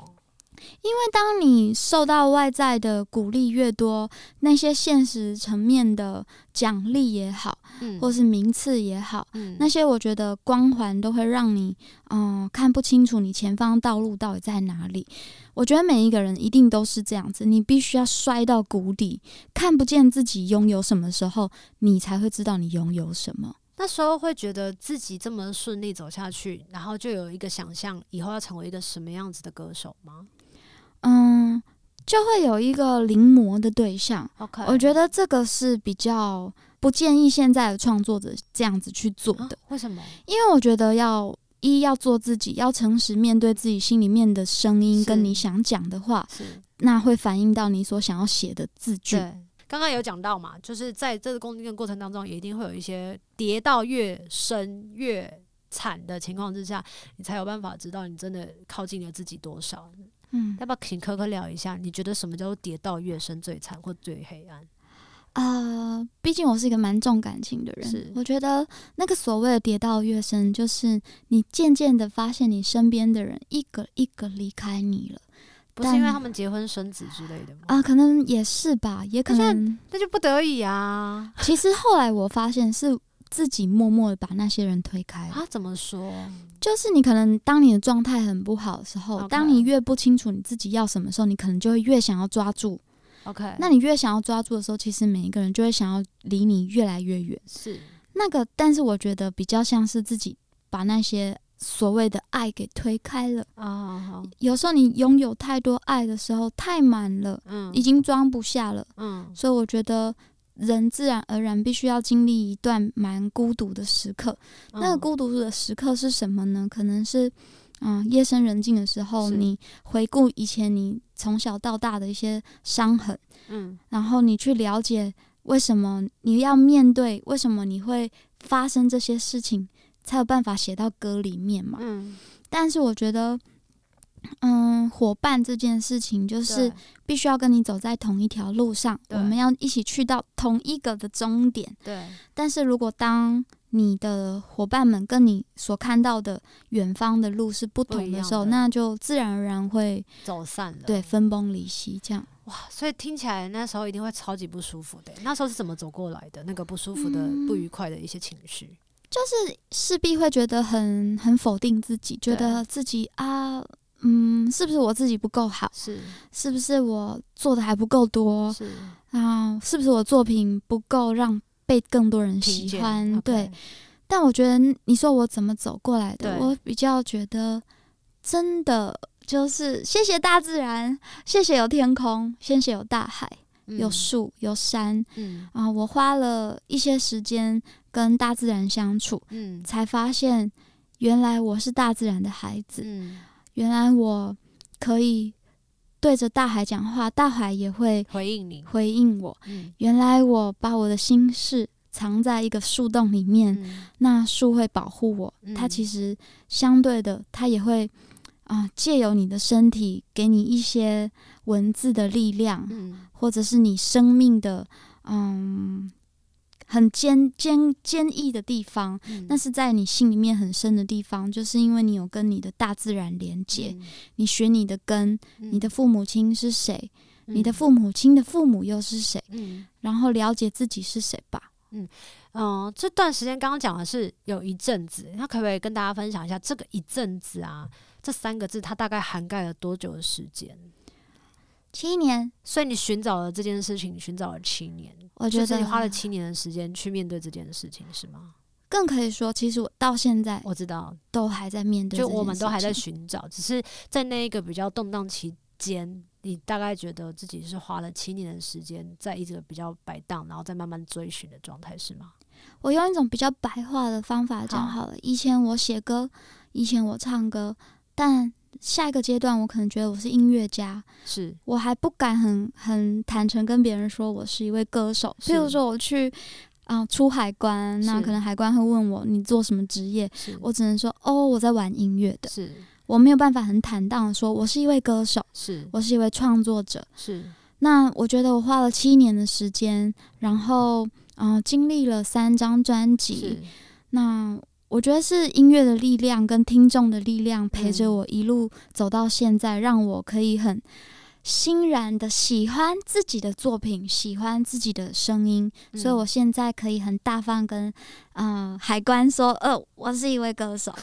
[SPEAKER 2] 因为当你受到外在的鼓励越多，那些现实层面的奖励也好，
[SPEAKER 1] 嗯
[SPEAKER 2] 或是名次也好，
[SPEAKER 1] 嗯
[SPEAKER 2] 那些我觉得光环都会让你，嗯、看不清楚你前方道路到底在哪里。我觉得每一个人一定都是这样子，你必须要摔到谷底，看不见自己拥有什么时候，你才会知道你拥有什么。
[SPEAKER 1] 那时候会觉得自己这么顺利走下去，然后就有一个想象以后要成为一个什么样子的歌手吗
[SPEAKER 2] 嗯，就会有一个临摹的对象。
[SPEAKER 1] ？OK，
[SPEAKER 2] 我觉得这个是比较不建议现在的创作者这样子去做
[SPEAKER 1] 啊
[SPEAKER 2] 的，
[SPEAKER 1] 为什么？
[SPEAKER 2] 因为我觉得要一要做自己，要诚实面对自己心里面的声音
[SPEAKER 1] 是
[SPEAKER 2] 跟你想讲的话，
[SPEAKER 1] 是
[SPEAKER 2] 那会反映到你所想要写的字句。
[SPEAKER 1] 对，刚刚有讲到嘛，就是在这个工作过程当中，也一定会有一些跌到越深越惨的情况之下，你才有办法知道你真的靠近了自己多少。
[SPEAKER 2] 嗯
[SPEAKER 1] 要不要请科科聊一下？你觉得什么叫做跌到越深最惨或最黑暗？
[SPEAKER 2] 啊，毕竟我是一个蛮重感情的
[SPEAKER 1] 是
[SPEAKER 2] 人，我觉得那个所谓的跌到越深，就是你渐渐的发现你身边的人一个一个离开你了
[SPEAKER 1] 不是
[SPEAKER 2] 但
[SPEAKER 1] 因为他们结婚生子之类的吗？
[SPEAKER 2] 啊、可能也是吧，也可
[SPEAKER 1] 但是
[SPEAKER 2] 能。
[SPEAKER 1] 那就不得已啊！
[SPEAKER 2] 其实后来我发现是自己默默的把那些人推开了，
[SPEAKER 1] 啊，怎么说？
[SPEAKER 2] 就是你可能当你的状态很不好的时候
[SPEAKER 1] OK
[SPEAKER 2] 当你越不清楚你自己要什么时候，你可能就会越想要抓住。
[SPEAKER 1] OK，
[SPEAKER 2] 那你越想要抓住的时候，其实每一个人就会想要离你越来越远。
[SPEAKER 1] 是
[SPEAKER 2] 那个，但是我觉得比较像是自己把那些所谓的爱给推开了。
[SPEAKER 1] 啊，好
[SPEAKER 2] 有时候你拥有太多爱的时候，太满了，
[SPEAKER 1] 嗯
[SPEAKER 2] 已经装不下了。
[SPEAKER 1] 嗯
[SPEAKER 2] 所以我觉得人自然而然必须要经历一段蛮孤独的时刻。那个
[SPEAKER 1] 嗯
[SPEAKER 2] 孤独的时刻是什么呢？可能是，嗯、夜深人静的时候，
[SPEAKER 1] 是
[SPEAKER 2] 你回顾以前你从小到大的一些伤痕，
[SPEAKER 1] 嗯
[SPEAKER 2] 然后你去了解为什么你要面对，为什么你会发生这些事情，才有办法写到歌里面嘛。
[SPEAKER 1] 嗯，
[SPEAKER 2] 但是我觉得。嗯，伙伴这件事情就是
[SPEAKER 1] 对
[SPEAKER 2] 必须要跟你走在同一条路上，
[SPEAKER 1] 对
[SPEAKER 2] 我们要一起去到同一个的终点。
[SPEAKER 1] 对
[SPEAKER 2] 但是如果当你的伙伴们跟你所看到的远方的路是不
[SPEAKER 1] 不一
[SPEAKER 2] 同的
[SPEAKER 1] 样
[SPEAKER 2] 时候，
[SPEAKER 1] 的
[SPEAKER 2] 那就自然而然会
[SPEAKER 1] 走散了，
[SPEAKER 2] 对分崩离析这样。
[SPEAKER 1] 哇，所以听起来那时候一定会超级不舒服的。欸那时候是怎么走过来的？那个不舒服的、
[SPEAKER 2] 嗯
[SPEAKER 1] 不愉快的一些情绪，
[SPEAKER 2] 就是势必会觉得很很否定自己，觉得自己啊，嗯，是不是我自己不够好？
[SPEAKER 1] 是
[SPEAKER 2] 是不是我做的还不够多
[SPEAKER 1] 是
[SPEAKER 2] 啊？是不是我作品不够让被更多人
[SPEAKER 1] 听
[SPEAKER 2] 喜
[SPEAKER 1] 见
[SPEAKER 2] 欢？
[SPEAKER 1] ，OK
[SPEAKER 2] 对，，但我觉得你说我怎么走过来的，
[SPEAKER 1] 对
[SPEAKER 2] 我比较觉得真的就是谢谢大自然，谢谢有天空，谢谢有大海，
[SPEAKER 1] 嗯
[SPEAKER 2] 有树，有山
[SPEAKER 1] 嗯
[SPEAKER 2] 啊、我花了一些时间跟大自然相处，
[SPEAKER 1] 嗯
[SPEAKER 2] 才发现原来我是大自然的孩子，
[SPEAKER 1] 嗯，
[SPEAKER 2] 原来我可以对着大海讲话，大海也会
[SPEAKER 1] 回应你，
[SPEAKER 2] 回应我。
[SPEAKER 1] 嗯
[SPEAKER 2] 原来我把我的心事藏在一个树洞里面，
[SPEAKER 1] 嗯
[SPEAKER 2] 那树会保护我，
[SPEAKER 1] 嗯
[SPEAKER 2] 它其实相对的，它也会啊、借由你的身体给你一些文字的力量，
[SPEAKER 1] 嗯
[SPEAKER 2] 或者是你生命的嗯很坚坚坚毅的地方，
[SPEAKER 1] 嗯，
[SPEAKER 2] 那是在你心里面很深的地方，就是因为你有跟你的大自然连接，你学你的根，
[SPEAKER 1] 嗯
[SPEAKER 2] 你的父母亲是谁，
[SPEAKER 1] 嗯
[SPEAKER 2] 你的父母亲的父母又是谁，
[SPEAKER 1] 嗯。
[SPEAKER 2] 然后了解自己是谁吧。
[SPEAKER 1] 嗯，这段时间刚刚讲的是有一阵子，那可不可以跟大家分享一下这个一阵子啊？这三个字它大概涵盖了多久的时间？
[SPEAKER 2] 七年，
[SPEAKER 1] 所以你寻找了这件事情，寻找了七年，
[SPEAKER 2] 我觉
[SPEAKER 1] 就是
[SPEAKER 2] 得
[SPEAKER 1] 你花了七年的时间去面对这件事情，是吗？
[SPEAKER 2] 更可以说，其实我到现在
[SPEAKER 1] 我知道，
[SPEAKER 2] 都还在面对这
[SPEAKER 1] 就
[SPEAKER 2] 件事情，
[SPEAKER 1] 我们都还在寻找，只是在那一个比较动荡期间，你大概觉得自己是花了七年的时间，在一个比较摆荡，然后再慢慢追寻的状态，是吗？
[SPEAKER 2] 我用一种比较白话的方法讲好了。以前我写歌，以前我唱歌，但下一个阶段我可能觉得我是音乐家，
[SPEAKER 1] 是，
[SPEAKER 2] 我还不敢很很坦诚跟别人说我是一位歌手。
[SPEAKER 1] 是
[SPEAKER 2] 譬如说我去啊、呃出海关，那
[SPEAKER 1] 是
[SPEAKER 2] 可能海关会问我你做什么职业，
[SPEAKER 1] 是，
[SPEAKER 2] 我只能说哦我在玩音乐的，
[SPEAKER 1] 是
[SPEAKER 2] 我没有办法很坦荡的说我是一位歌手，
[SPEAKER 1] 是
[SPEAKER 2] 我是一位创作者。
[SPEAKER 1] 是，
[SPEAKER 2] 那我觉得我花了七年的时间，然后嗯、呃经历了三张专辑
[SPEAKER 1] 是，
[SPEAKER 2] 那我觉得是音乐的力量跟听众的力量陪
[SPEAKER 1] 嗯
[SPEAKER 2] 着我一路走到现在，让我可以很欣然的喜欢自己的作品，喜欢自己的声音，
[SPEAKER 1] 嗯
[SPEAKER 2] 所以我现在可以很大方跟嗯、呃海关说，呃，我是一位歌手。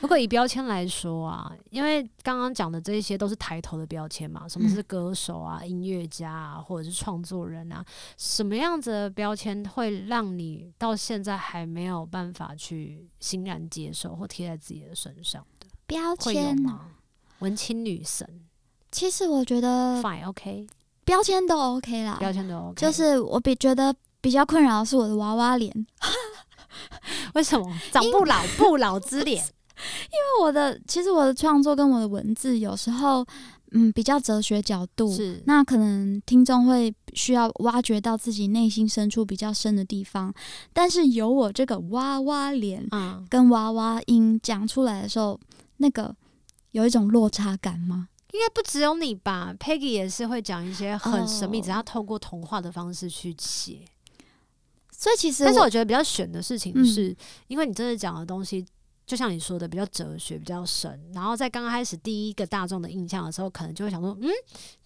[SPEAKER 1] 如果以标签来说啊，因为刚刚讲的这些都是抬头的标签嘛，
[SPEAKER 2] 嗯
[SPEAKER 1] 什么是歌手啊、音乐家啊，或者是创作人啊，什么样子的标签会让你到现在还没有办法去欣然接受或贴在自己的身上的？
[SPEAKER 2] 标
[SPEAKER 1] 会有
[SPEAKER 2] 签哦，
[SPEAKER 1] 吗？文青女神、
[SPEAKER 2] 其实我觉得
[SPEAKER 1] f i n e OK，
[SPEAKER 2] 标签都 OK 啦，
[SPEAKER 1] 标签都 OK，
[SPEAKER 2] 呃啊就是我比觉得比较困扰的是我的娃娃脸，因
[SPEAKER 1] 为什么长不老不老之脸？
[SPEAKER 2] 为我的其实我的创作跟我的文字有时候嗯比较哲学角度，
[SPEAKER 1] 是
[SPEAKER 2] 那可能听众会需要挖掘到自己内心深处比较深的地方，但是有我这个娃娃脸
[SPEAKER 1] 嗯，
[SPEAKER 2] 跟娃娃音讲出来的时候，那个有一种落差感吗？
[SPEAKER 1] 应该不只有你吧？Peggy 也是会讲一些很神秘，
[SPEAKER 2] 哦
[SPEAKER 1] 只要透过童话的方式去写。
[SPEAKER 2] 所以其实
[SPEAKER 1] 但是
[SPEAKER 2] 我
[SPEAKER 1] 我觉得比较选的事情
[SPEAKER 2] 嗯
[SPEAKER 1] 是，因为你真的讲的东西，就像你说的，比较哲学，比较深。然后在刚开始第一个大众的印象的时候，可能就会想说，嗯，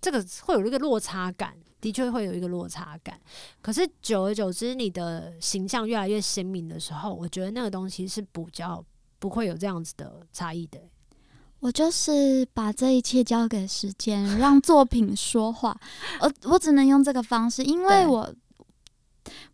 [SPEAKER 1] 这个会有一个落差感，的确会有一个落差感。可是久而久之，你的形象越来越鲜明的时候，我觉得那个东西是比较不会有这样子的差异的。欸
[SPEAKER 2] 我就是把这一切交给时间，让作品说话。我我只能用这个方式，因
[SPEAKER 1] 对
[SPEAKER 2] 为我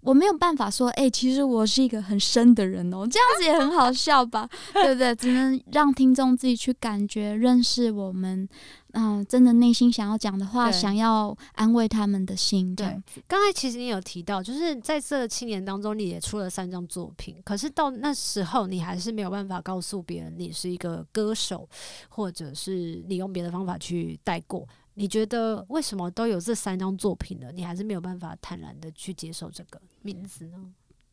[SPEAKER 2] 我没有办法说，哎、其实我是一个很深的人哦，这样子也很好笑吧，对不对？只能让听众自己去感觉、认识我们，嗯、真的内心想要讲的话，
[SPEAKER 1] 对
[SPEAKER 2] 想要安慰他们的心，这样子。
[SPEAKER 1] 刚才其实你有提到，就是在这七年当中，你也出了三张作品，可是到那时候，你还是没有办法告诉别人你是一个歌手，或者是你用别的方法去带过。你觉得为什么都有这三张作品了，你还是没有办法坦然的去接受这个名字呢？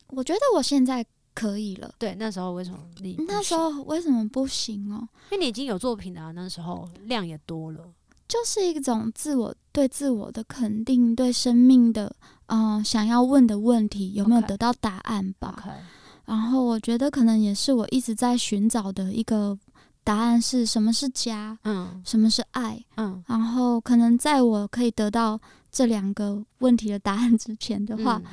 [SPEAKER 2] 我觉得我现在可以了。
[SPEAKER 1] 对，那时候为什么你
[SPEAKER 2] 那时，候为什么不行哦？
[SPEAKER 1] 因为你已经有作品了啊、那时候量也多了，
[SPEAKER 2] 就是一种自我对自我的肯定，对生命的嗯、呃想要问的问题有没有
[SPEAKER 1] OK
[SPEAKER 2] 得到答案吧
[SPEAKER 1] OK，
[SPEAKER 2] 然后我觉得可能也是我一直在寻找的一个答案是什么是家，
[SPEAKER 1] 嗯
[SPEAKER 2] 什么是爱。
[SPEAKER 1] 嗯，
[SPEAKER 2] 然后可能在我可以得到这两个问题的答案之前的话，
[SPEAKER 1] 嗯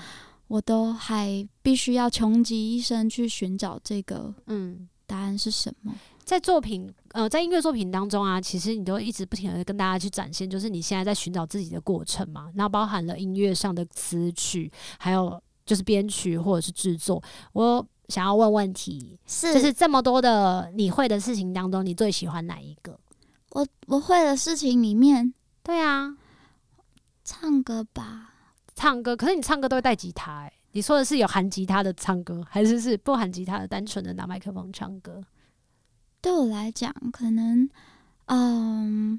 [SPEAKER 2] 我都还必须要穷极一生去寻找这个
[SPEAKER 1] 嗯
[SPEAKER 2] 答案是什么。
[SPEAKER 1] 在作品呃，在音乐作品当中啊，其实你都一直不停的跟大家去展现，就是你现在在寻找自己的过程嘛。那包含了音乐上的词曲，还有就是编曲或者是制作。我想要问问题，
[SPEAKER 2] 是
[SPEAKER 1] 就是这么多的你会的事情当中，你最喜欢哪一个？
[SPEAKER 2] 我我会的事情里面，
[SPEAKER 1] 对啊，
[SPEAKER 2] 唱歌吧。
[SPEAKER 1] 唱歌。可是你唱歌都会带吉他、欸，你说的是有含吉他的唱歌，还是是不含吉他的单纯的拿麦克风唱歌？
[SPEAKER 2] 对我来讲，可能，嗯，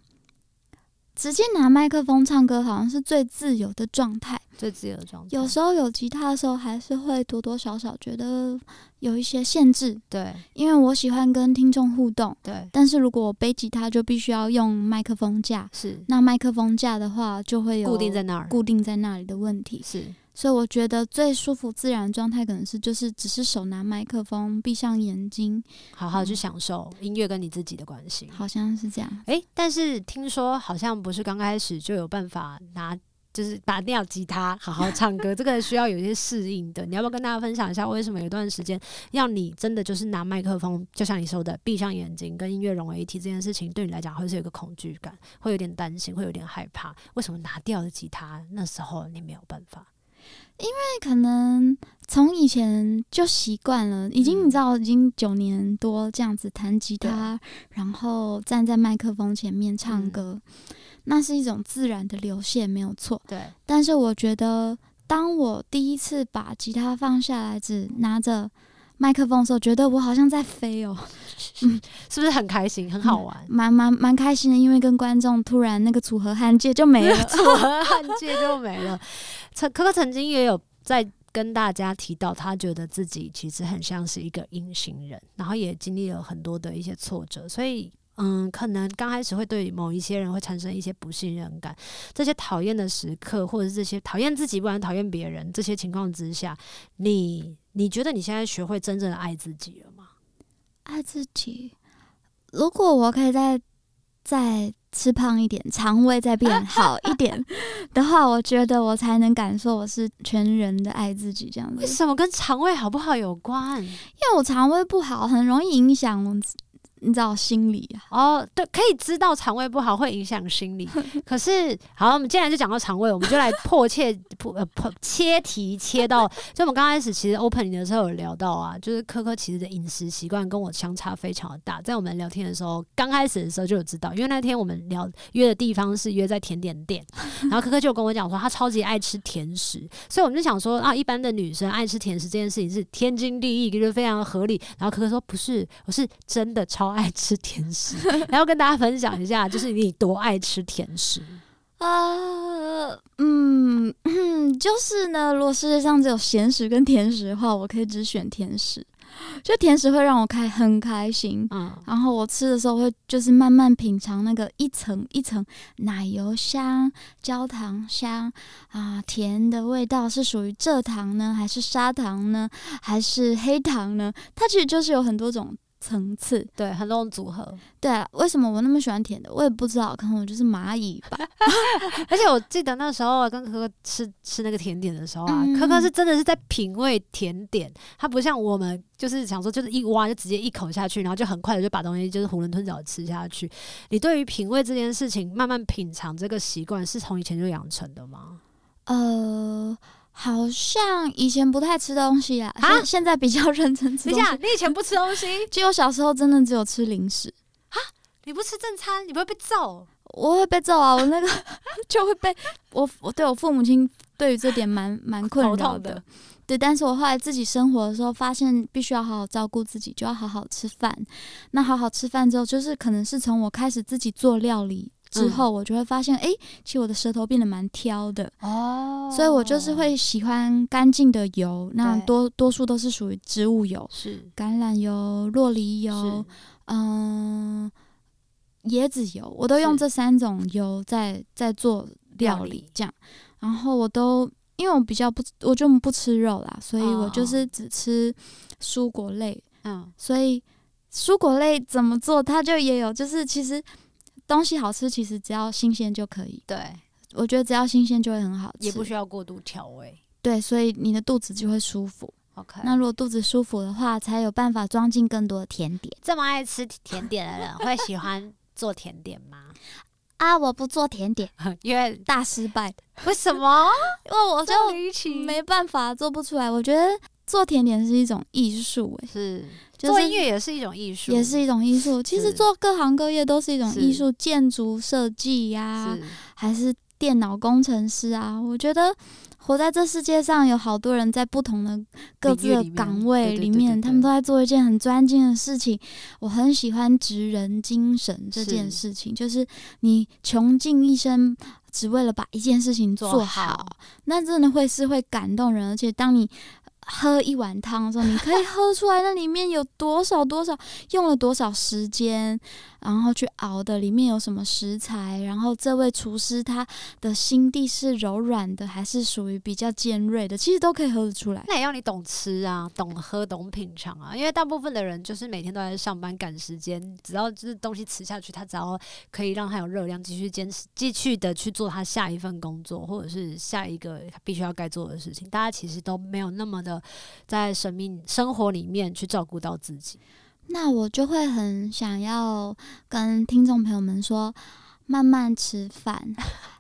[SPEAKER 2] 直接拿麦克风唱歌好像是最自由的状态。
[SPEAKER 1] 最自由的状态
[SPEAKER 2] 有时候有吉他的时候，还是会多多少少觉得有一些限制，
[SPEAKER 1] 对
[SPEAKER 2] 因为我喜欢跟听众互动。
[SPEAKER 1] 对
[SPEAKER 2] 但是如果我背吉他，就必须要用麦克风架。
[SPEAKER 1] 是
[SPEAKER 2] 那麦克风架的话，就会有
[SPEAKER 1] 固定在那儿，
[SPEAKER 2] 固定在那里的问题。
[SPEAKER 1] 是
[SPEAKER 2] 所以我觉得最舒服自然的状态，可能是就是只是手拿麦克风，闭上眼睛，
[SPEAKER 1] 好好去
[SPEAKER 2] 嗯
[SPEAKER 1] 享受音乐跟你自己的关系。
[SPEAKER 2] 好像是这样。
[SPEAKER 1] 诶，但是听说好像不是刚开始就有办法拿，就是把掉吉他好好唱 歌，这个需要有一些适应的。你要不要跟大家分享一下，为什么有一段时间要你真的就是拿麦克风，就像你说的，闭上眼睛跟音乐融为一体这件事情，对你来讲会是有一个恐惧感，会有点担心，会有点害怕。为什么拿掉的吉他那时候你没有办法？
[SPEAKER 2] 可能从以前就习惯了，已经
[SPEAKER 1] 嗯
[SPEAKER 2] 你知道，已经九年多这样子弹吉他，然后站在麦克风前面唱歌，
[SPEAKER 1] 嗯
[SPEAKER 2] 那是一种自然的流线，没有错。
[SPEAKER 1] 对，
[SPEAKER 2] 但是我觉得，当我第一次把吉他放下来，只拿着麦克风的时候，觉得我好像在飞哦，
[SPEAKER 1] 是不是很开心，很好玩？
[SPEAKER 2] 蛮蛮蛮开心的，因为跟观众突然那个组合焊接就 没了。
[SPEAKER 1] 楚河汉界就没了。曾可可曾经也有在跟大家提到，他觉得自己其实很像是一个隐形人，然后也经历了很多的一些挫折，所以嗯，可能刚开始会对某一些人会产生一些不信任感，这些讨厌的时刻，或者是这些讨厌自己，不然讨厌别人，这些情况之下，你你觉得你现在学会真正的爱自己了吗？
[SPEAKER 2] 爱自己。如果我可以再再吃胖一点，肠胃再变好一点的话，我觉得我才能感受我是全人的爱自己这样子。
[SPEAKER 1] 为什么跟肠胃好不好有关？
[SPEAKER 2] 因为我肠胃不好，很容易影响我，你知道心理啊。
[SPEAKER 1] 哦，对，可以知道肠胃不好会影响心理。可是，好，我们既然就讲到肠胃，我们就来迫切不呃迫切题切到，就我们刚开始其实 opening 的时候有聊到啊，就是科科其实的饮食习惯跟我相差非常的大。在我们聊天的时候，刚开始的时候就有知道，因为那天我们聊约的地方是约在甜点店，然后科科就有跟我讲说她超级爱吃甜食，所以我们就想说啊，一般的女生爱吃甜食这件事情是天经地义，就是非常合理。然后科科说不是，我是真的超爱吃甜食，然后跟大家分享一下，就是你多爱吃甜食。
[SPEAKER 2] 呃，嗯，嗯就是呢，如果世界上只有咸食跟甜食的话，我可以只选甜食。就甜食会让我开很开心，
[SPEAKER 1] 嗯，
[SPEAKER 2] 然后我吃的时候会就是慢慢品尝那个一层一层奶油香、焦糖香啊，甜的味道是属于蔗糖呢，还是砂糖呢，还是黑糖呢？它其实就是有很多种层次。
[SPEAKER 1] 对，很多种组合。
[SPEAKER 2] 对啊，为什么我那么喜欢甜的？我也不知道，可能我就是蚂蚁吧。
[SPEAKER 1] 而且我记得那时候啊跟科科吃吃那个甜点的时候啊，
[SPEAKER 2] 嗯
[SPEAKER 1] 科科是真的是在品味甜点，他不像我们就是想说就是一挖就直接一口下去，然后就很快的就把东西就是囫囵吞枣地吃下去。你对于品味这件事情慢慢品尝这个习惯是从以前就养成的吗？
[SPEAKER 2] 呃，好像以前不太吃东西啊，
[SPEAKER 1] 啊
[SPEAKER 2] 现现在比较认真吃
[SPEAKER 1] 等一
[SPEAKER 2] 东西
[SPEAKER 1] 下，。你以前不吃东西，
[SPEAKER 2] 就我小时候真的只有吃零食，
[SPEAKER 1] 你不吃正餐，你不会被 揍。
[SPEAKER 2] 我会被揍啊！我那个就会被我我对我父母亲对于这点蛮蛮困
[SPEAKER 1] 头
[SPEAKER 2] 扰
[SPEAKER 1] 痛的
[SPEAKER 2] 对，但是我后来自己生活的时候，发现必须要好好照顾自己，就要好好吃饭。那好好吃饭之后，就是可能是从我开始自己做料理之
[SPEAKER 1] 嗯
[SPEAKER 2] 后，我就会发现，诶，其实我的舌头变得蛮挑的。
[SPEAKER 1] 哦
[SPEAKER 2] 所以我就是会喜欢干净的油，那
[SPEAKER 1] 对
[SPEAKER 2] 多多数都是属于植物油，
[SPEAKER 1] 是
[SPEAKER 2] 橄榄油、洛梨油
[SPEAKER 1] 是，
[SPEAKER 2] 嗯、椰子油，我都用
[SPEAKER 1] 是
[SPEAKER 2] 这三种油在在做料
[SPEAKER 1] 料
[SPEAKER 2] 理
[SPEAKER 1] 理
[SPEAKER 2] 这样。然后我都因为我比较不，我就不吃肉啦，所以我
[SPEAKER 1] 哦
[SPEAKER 2] 就是只吃蔬果类，
[SPEAKER 1] 嗯
[SPEAKER 2] 所以蔬果类怎么做，它就也有，就是其实东西好吃，其实只要新鲜就可以。
[SPEAKER 1] 对，
[SPEAKER 2] 我觉得只要新鲜就会很好吃，
[SPEAKER 1] 也不需要过度调味。
[SPEAKER 2] 对，所以你的肚子就会舒服。
[SPEAKER 1] OK，
[SPEAKER 2] 那如果肚子舒服的话，才有办法装进更多的甜点
[SPEAKER 1] 这么爱吃甜点的 人会喜欢做甜点吗？
[SPEAKER 2] 啊！我不做甜点，
[SPEAKER 1] 因为
[SPEAKER 2] 大失败，
[SPEAKER 1] 为什 么？
[SPEAKER 2] 因为我就
[SPEAKER 1] 这么离奇，
[SPEAKER 2] 没办法做不出来。我觉得做甜点是一种艺术、欸，
[SPEAKER 1] 是
[SPEAKER 2] 就是
[SPEAKER 1] 做音乐也是一种艺术，
[SPEAKER 2] 也是一种艺术。其实
[SPEAKER 1] 是
[SPEAKER 2] 做各行各业都是一种
[SPEAKER 1] 是
[SPEAKER 2] 艺术，建筑设计呀、
[SPEAKER 1] 是
[SPEAKER 2] 还是电脑工程师啊。我觉得活在这世界上，有好多人在不同的各自
[SPEAKER 1] 领域
[SPEAKER 2] 的
[SPEAKER 1] 里面
[SPEAKER 2] 岗位
[SPEAKER 1] 对对
[SPEAKER 2] 里
[SPEAKER 1] 对
[SPEAKER 2] 面，
[SPEAKER 1] 对
[SPEAKER 2] 他们
[SPEAKER 1] 对
[SPEAKER 2] 都在做一件很专精的事情。我很喜欢职人精神这件
[SPEAKER 1] 是
[SPEAKER 2] 事情，就是你穷尽一生。只为了把一件事情做好，
[SPEAKER 1] 做好
[SPEAKER 2] 那真的会是会感动人。而且当你喝一碗汤的时候，你可以 喝出来那里面有多少多少用了多少时间，然后去熬的，里面有什么食材，然后这位厨师他的心地是柔软的，还是属于比较尖锐的，其实都可以喝得出来。
[SPEAKER 1] 那也要你懂吃啊，懂喝，懂品尝啊。因为大部分的人就是每天都在上班赶时间，只要就是东西吃下去，他只要可以让他有热量，继续坚持，继续的去做他下一份工作，或者是下一个他必须要该做的事情。大家其实都没有那么的在生命生活里面去照顾到自己。
[SPEAKER 2] 那我就会很想要跟听众朋友们说，慢慢吃饭，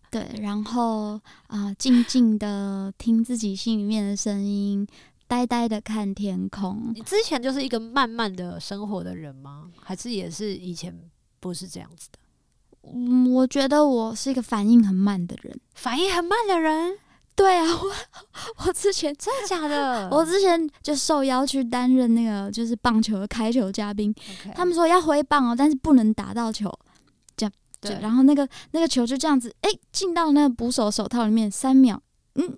[SPEAKER 2] 对，然后啊、静静的听自己心里面的声音，呆呆的看天空。
[SPEAKER 1] 你之前就是一个慢慢的生活的人吗？还是也是以前不是这样子的？
[SPEAKER 2] 嗯，我觉得我是一个反应很慢的人。
[SPEAKER 1] 反应很慢的人，
[SPEAKER 2] 对啊，我我 之前？
[SPEAKER 1] 真的假的
[SPEAKER 2] 我之前就受邀去担任那个就是棒球的开球嘉宾，
[SPEAKER 1] OK
[SPEAKER 2] 他们说要挥棒哦，但是不能打到球，就
[SPEAKER 1] 对，
[SPEAKER 2] 然后那个那个球就这样子，哎、进到那个捕手手套里面，三秒，嗯，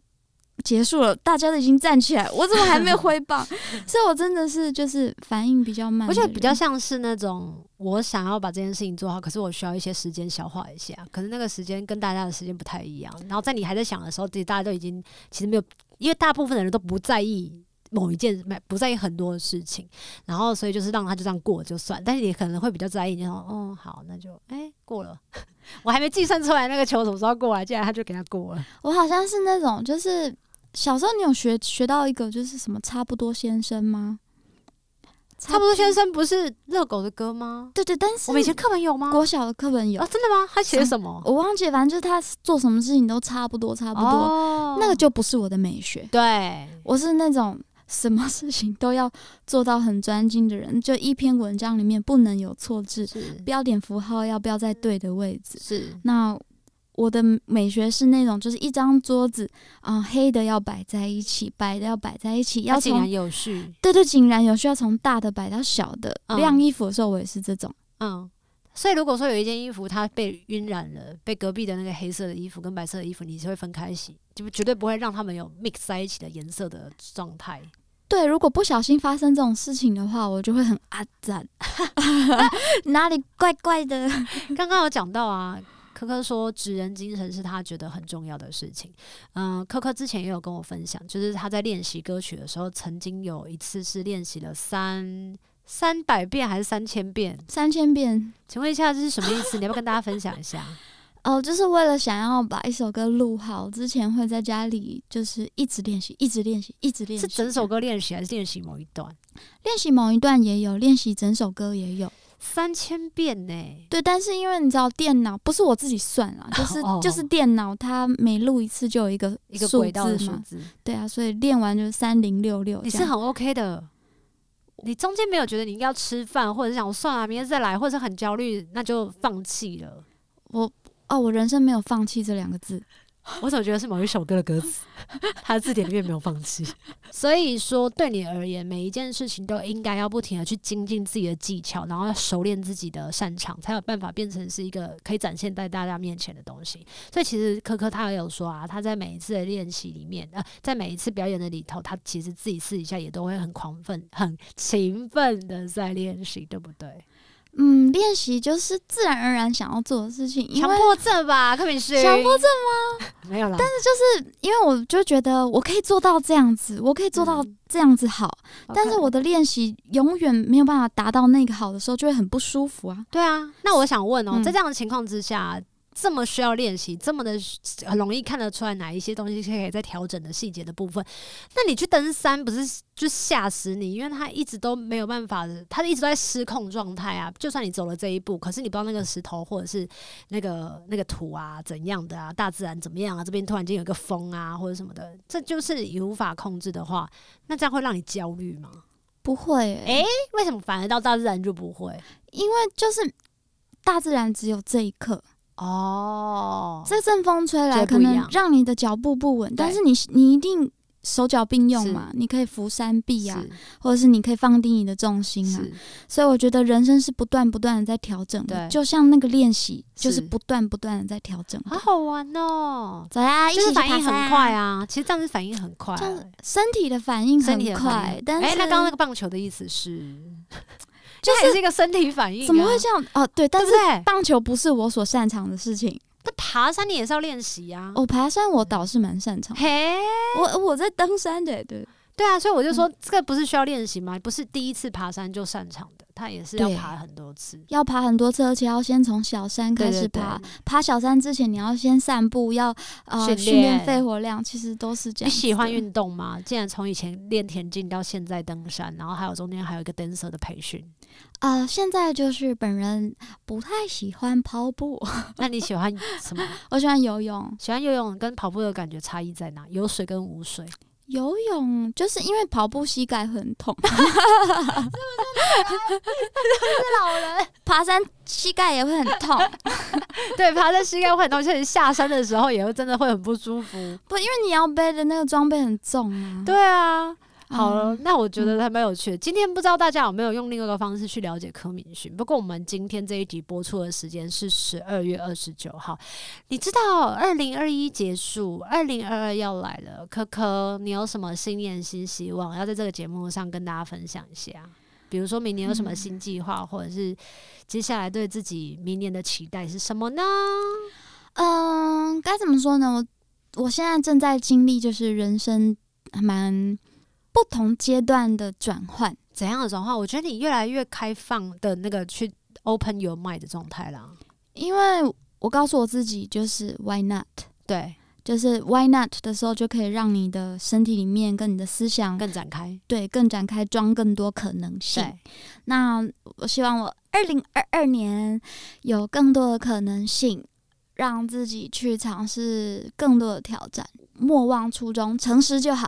[SPEAKER 2] 结束了，大家都已经站起来，我怎么还没有挥棒？ 所以我真的是就是反应比较慢，
[SPEAKER 1] 而且比较。像是那种我想要把这件事情做好，可是我需要一些时间消化一下。可是那个时间跟大家的时间不太一样。然后在你还在想的时候，其实大家都已经其实没有，因为大部分的人都不在意某一件，不不在意很多的事情。然后所以就是让他就这样过就算，但是你可能会比较在意，你就说哦好，那就哎、过了， 我还没计算出来那个球什么时候过来，竟然他就给他过了。
[SPEAKER 2] 我好像是那种，就是小时候你有学学到一个就是什么差不多先生吗？
[SPEAKER 1] 差不多先，生不是热狗的歌吗？
[SPEAKER 2] 对对，但是
[SPEAKER 1] 我们以前课本有吗？
[SPEAKER 2] 国小的课本有
[SPEAKER 1] 啊，，真的吗？他写什么？
[SPEAKER 2] 我忘记了，反正就是他做什么事情都差不多，差不多。
[SPEAKER 1] 哦
[SPEAKER 2] 那个就不是我的美学，
[SPEAKER 1] 对，
[SPEAKER 2] 我是那种什么事情都要做到很专精的人，就一篇文章里面不能有错字，
[SPEAKER 1] 是
[SPEAKER 2] 标点符号要标在对的位置。
[SPEAKER 1] 是
[SPEAKER 2] 那我的美学是那种，就是一张桌子啊、黑的要摆在一起，白的要摆在一起，要
[SPEAKER 1] 要井然
[SPEAKER 2] 从
[SPEAKER 1] 有序。
[SPEAKER 2] 对对，井然有序，要从大的摆到小的。
[SPEAKER 1] 嗯
[SPEAKER 2] 晾衣服的时候，我也是这种。
[SPEAKER 1] 嗯，所以如果说有一件衣服它被晕染了，被隔壁的那个黑色的衣服跟白色的衣服，你是会分开洗，就绝对不会让他们有 mix 在一起的颜色的状态。
[SPEAKER 2] 对，如果不小心发生这种事情的话，我就会很阿 赞，哪里怪怪的。
[SPEAKER 1] 刚刚有讲到啊。科科说，职人精神是他觉得很重要的事情。嗯，科科之前也有跟我分享，就是他在练习歌曲的时候，曾经有一次是练习了三三百遍还是三千遍？
[SPEAKER 2] 三千遍
[SPEAKER 1] 请问一下，这是什么意思？你要不要跟大家分享一下？
[SPEAKER 2] 哦，就是为了想要把一首歌录好，之前会在家里就是一直练习，一直练习，一直练习，
[SPEAKER 1] 是整首歌练习还是练习某一段？
[SPEAKER 2] 练习某一段也有，练习整首歌也有。
[SPEAKER 1] 三千遍呢、
[SPEAKER 2] 对，但是因为你知道电脑不是我自己算啦，就是、
[SPEAKER 1] 哦
[SPEAKER 2] 就是电脑它每录一次就有一个
[SPEAKER 1] 一个
[SPEAKER 2] 数
[SPEAKER 1] 轨道的
[SPEAKER 2] 字
[SPEAKER 1] 数
[SPEAKER 2] 嘛，
[SPEAKER 1] 字，
[SPEAKER 2] 对啊，所以练完就是三零六六。
[SPEAKER 1] 你是很 OK 的。你中间没有觉得你应该要吃饭，或者是想算了、明天再来，或者很焦虑，那就放弃了。
[SPEAKER 2] 我哦，我人生没有放弃这两个字。
[SPEAKER 1] 我总觉得是某一首歌的歌词， 它的字典里面没有放弃。 所以说，对你而言，每一件事情都应该要不停的去精进自己的技巧，然后要熟练自己的擅长，才有办法变成是一个可以展现在大家面前的东西。所以其实科科他也有说啊，他在每一次的练习里面，呃，在每一次表演的里头，他其实自己私底下也都会很狂奋、很勤奋的在练习，对不对？
[SPEAKER 2] 嗯，练习就是自然而然想要做的事情，因
[SPEAKER 1] 强
[SPEAKER 2] 为
[SPEAKER 1] 迫症吧，柯敏勋。
[SPEAKER 2] 强迫
[SPEAKER 1] 症吗？没有啦，但是
[SPEAKER 2] 因为我就觉得我可以做到这样子，我可以做到这样子好，但是我的练习永远没有办法达到那个好的时候，就会很不舒服啊。
[SPEAKER 1] 对啊，那我想问哦、
[SPEAKER 2] 嗯
[SPEAKER 1] 在这样的情况之下，这么需要练习，这么的很容易看得出来哪一些东西是可以在调整的细节的部分。那你去登山不是就吓死你？因为他一直都没有办法，他一直都在失控状态啊。就算你走了这一步，可是你不知道那个石头或者是那个那个土啊怎样的啊，大自然怎么样啊，这边突然间有一个风啊或者什么的，这就是你无法控制的话，那这样会让你焦虑吗？
[SPEAKER 2] 不会、欸，
[SPEAKER 1] 哎诶为什么反而到大自然就不会？
[SPEAKER 2] 因为就是大自然只有这一刻，
[SPEAKER 1] 哦，
[SPEAKER 2] 这阵风吹
[SPEAKER 1] 觉
[SPEAKER 2] 来
[SPEAKER 1] 得
[SPEAKER 2] 可
[SPEAKER 1] 不一样
[SPEAKER 2] 能让你的脚步不稳，但是你你一定手脚并用嘛，你可以扶山壁啊，或者是你可以放低你的重心啊。
[SPEAKER 1] 是
[SPEAKER 2] 所以我觉得人生是不断不断的在调整
[SPEAKER 1] 对
[SPEAKER 2] 的，就像那个练习就是
[SPEAKER 1] 是
[SPEAKER 2] 不断不断的在调整的。
[SPEAKER 1] 好好玩哦，
[SPEAKER 2] 走呀，一
[SPEAKER 1] 就
[SPEAKER 2] 起
[SPEAKER 1] 是
[SPEAKER 2] 去
[SPEAKER 1] 反应
[SPEAKER 2] 爬
[SPEAKER 1] 很
[SPEAKER 2] 山
[SPEAKER 1] 快，啊。其实这样子反应很快，啊
[SPEAKER 2] 这样子身体的反应
[SPEAKER 1] 身体
[SPEAKER 2] 很
[SPEAKER 1] 的反
[SPEAKER 2] 快
[SPEAKER 1] 应。
[SPEAKER 2] 但是
[SPEAKER 1] 哎，那刚刚那个棒球的意思是，
[SPEAKER 2] 就
[SPEAKER 1] 这还是一个身体反应啊，
[SPEAKER 2] 怎么会这样？哦，对，但
[SPEAKER 1] 对不
[SPEAKER 2] 是
[SPEAKER 1] 对？
[SPEAKER 2] 棒球不是我所擅长的事情。
[SPEAKER 1] 那爬山你也是要练习啊。
[SPEAKER 2] 我爬山我倒是蛮擅长的，
[SPEAKER 1] 嘿，
[SPEAKER 2] 我我在登山的，对，
[SPEAKER 1] 对啊，所以我就说这个不是需要练习吗？不是第一次爬山就擅长的，他也是要
[SPEAKER 2] 对
[SPEAKER 1] 爬很多次。
[SPEAKER 2] 要爬很多次，而且要先从小山开始
[SPEAKER 1] 对
[SPEAKER 2] 爬。，爬小山之前，你要先散步，要呃
[SPEAKER 1] 训
[SPEAKER 2] 训练
[SPEAKER 1] 练
[SPEAKER 2] 肺活量，其实都是这
[SPEAKER 1] 你
[SPEAKER 2] 样子的。
[SPEAKER 1] 喜欢运动吗？竟然从以前练田径到现在登山，然后还有中间还有一个 dancer 的培训，
[SPEAKER 2] 呃，现在就是本人不太喜欢跑步，
[SPEAKER 1] 那你喜欢什么？
[SPEAKER 2] 我喜欢游泳。
[SPEAKER 1] 喜欢游泳跟跑步的感觉差异在哪？有水跟无水，
[SPEAKER 2] 游泳就是因为跑步膝盖很痛，
[SPEAKER 1] 老人
[SPEAKER 2] 爬山膝盖也会很痛。
[SPEAKER 1] 对爬在膝盖会很痛，而且下山的时候也会真的会很不舒服。
[SPEAKER 2] 不，因为你要背的那个装备很重啊。
[SPEAKER 1] 对啊，好了，
[SPEAKER 2] 嗯
[SPEAKER 1] 那我觉得还蛮有趣的。今天不知道大家有没有用另外一个方式去了解柯敏勋？不过我们今天这一集播出的时间是十二月二十九号。你知道，二零二一结束，二零二二要来了。科科，你有什么新年新希望？要在这个节目上跟大家分享一下。比如说明年有什么新计划，或者是接下来对自己明年的期待是什么呢？
[SPEAKER 2] 嗯，该怎么说呢？我我现在正在经历就是人生呃蛮不同阶段的转换。
[SPEAKER 1] 怎样的转换？我觉得你越来越开放的那个去 open your mind 的状态啦。
[SPEAKER 2] 因为我告诉我自己，就是 why not，
[SPEAKER 1] 对，
[SPEAKER 2] 就是 why not 的时候，就可以让你的身体里面跟你的思想
[SPEAKER 1] 更展开。
[SPEAKER 2] 对更展开，装更多可能性。
[SPEAKER 1] 对，
[SPEAKER 2] 那我希望我二零二二年有更多的可能性，让自己去尝试更多的挑战。莫忘初衷，诚实就好。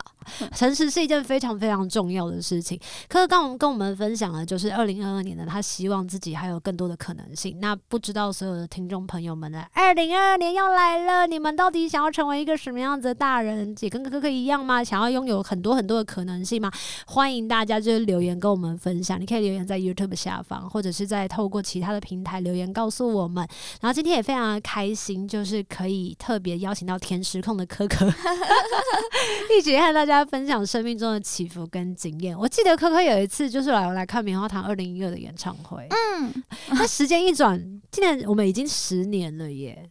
[SPEAKER 1] 诚实是一件非常非常重要的事情。可是刚我们跟我们分享的就是二零二二年的他希望自己还有更多的可能性。那不知道所有的听众朋友们呢，二零二二年要来了，你们到底想要成为一个什么样子的大人？也跟哥哥一样吗？想要拥有很多很多的可能性吗？欢迎大家就是留言跟我们分享，你可以留言在 YouTube 下方，或者是在透过其他的平台留言告诉我们。然后今天也非常的开心，就是可以特别邀请到甜食控的可可。 一起和大家分享生命中的起伏跟经验。我记得科科有一次就是来来看棉花糖二零一二的演唱会，
[SPEAKER 2] 嗯，
[SPEAKER 1] 那、时间一转，竟然我们已经十年了耶！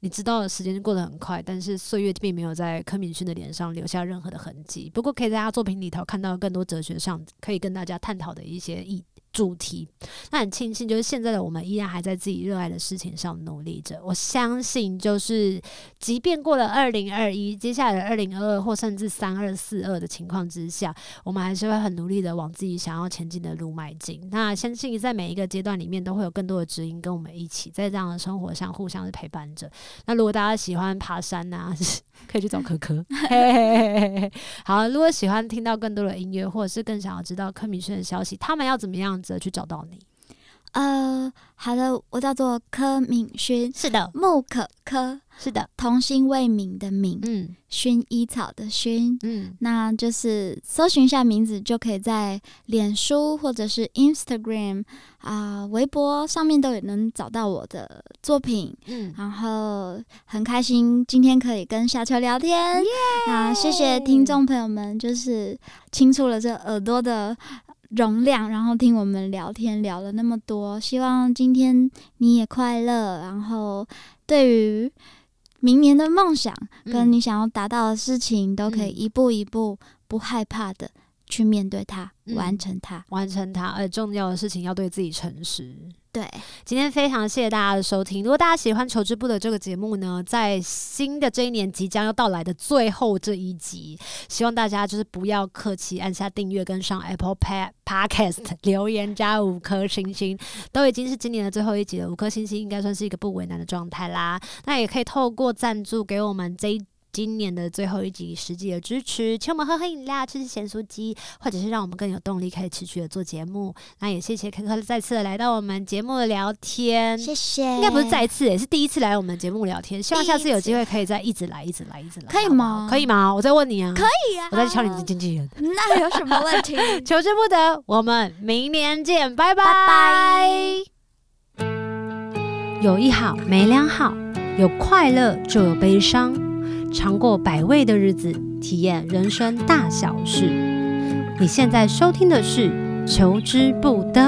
[SPEAKER 1] 你知道时间过得很快，但是岁月并没有在柯敏勋的脸上留下任何的痕迹。不过可以在他作品里头看到更多哲学上可以跟大家探讨的一些议主题。那很庆幸，就是现在的我们依然还在自己热爱的事情上努力着。我相信，就是即便过了二零二一，接下来的二零二二或甚至三二四二的情况之下，我们还是会很努力的往自己想要前进的路迈进。那相信在每一个阶段里面，都会有更多的指引跟我们一起，在这样的生活上互相的陪伴着。那如果大家喜欢爬山呐、 可以去找可可。嘿嘿嘿嘿嘿好，如果喜欢听到更多的音乐，或者是更想要知道柯敏轩的消息，他们要怎么样子地去找到你？
[SPEAKER 2] 呃，好的，我叫做柯敏勋，
[SPEAKER 1] 是的，
[SPEAKER 2] 木可柯，
[SPEAKER 1] 是的，
[SPEAKER 2] 童心未泯的泯，
[SPEAKER 1] 嗯
[SPEAKER 2] 薰衣草的薰。
[SPEAKER 1] 嗯，
[SPEAKER 2] 那就是搜寻一下名字，就可以在脸书或者是 Instagram 啊、微博上面都有能找到我的作品。
[SPEAKER 1] 嗯，
[SPEAKER 2] 然后很开心今天可以跟小球聊天，那谢谢听众朋友们，就是清除了这耳朵的容量，然后听我们聊天聊了那么多，希望今天你也快乐，然后对于。明年的梦想跟
[SPEAKER 1] 嗯
[SPEAKER 2] 你想要达到的事情，都可以
[SPEAKER 1] 嗯
[SPEAKER 2] 一步一步不害怕的去面对它，
[SPEAKER 1] 嗯
[SPEAKER 2] 完成它。
[SPEAKER 1] 完成它，而重要的事情要对自己诚实。
[SPEAKER 2] 对，
[SPEAKER 1] 今天非常谢谢大家的收听。如果大家喜欢《求之不得》这个节目呢，在新的这一年即将要到来的最后这一集，希望大家就是不要客气，按下订阅跟上 Apple Pa- Podcast 留言加五颗星星，都已经是今年的最后一集了，五颗星星应该算是一个不为难的状态啦。那也可以透过赞助给我们这一。今年的最后一集实际的支持，请我们喝喝饮料，吃吃咸酥鸡，或者是让我们更有动力，可以持续的做节目。那也谢谢可可再次地来到我们节目的聊天，
[SPEAKER 2] 谢谢。
[SPEAKER 1] 应该不是再次，也是第一次来我们节目聊天。希望下次有
[SPEAKER 2] 第一次
[SPEAKER 1] 机会可以再一直来，一直来，一直来，
[SPEAKER 2] 可以
[SPEAKER 1] 好不好
[SPEAKER 2] 吗
[SPEAKER 1] 可以吗？我再问你啊，可以，
[SPEAKER 2] 可以啊
[SPEAKER 1] 我再去敲你的经纪人。
[SPEAKER 2] 那有什么问 题？
[SPEAKER 1] 求之不得，我们明年见，拜拜。
[SPEAKER 2] 拜拜。
[SPEAKER 1] 有一好没两好，有快乐就有悲伤，尝过百味的日子，体验人生大小事。你现在收听的是《求之不得》。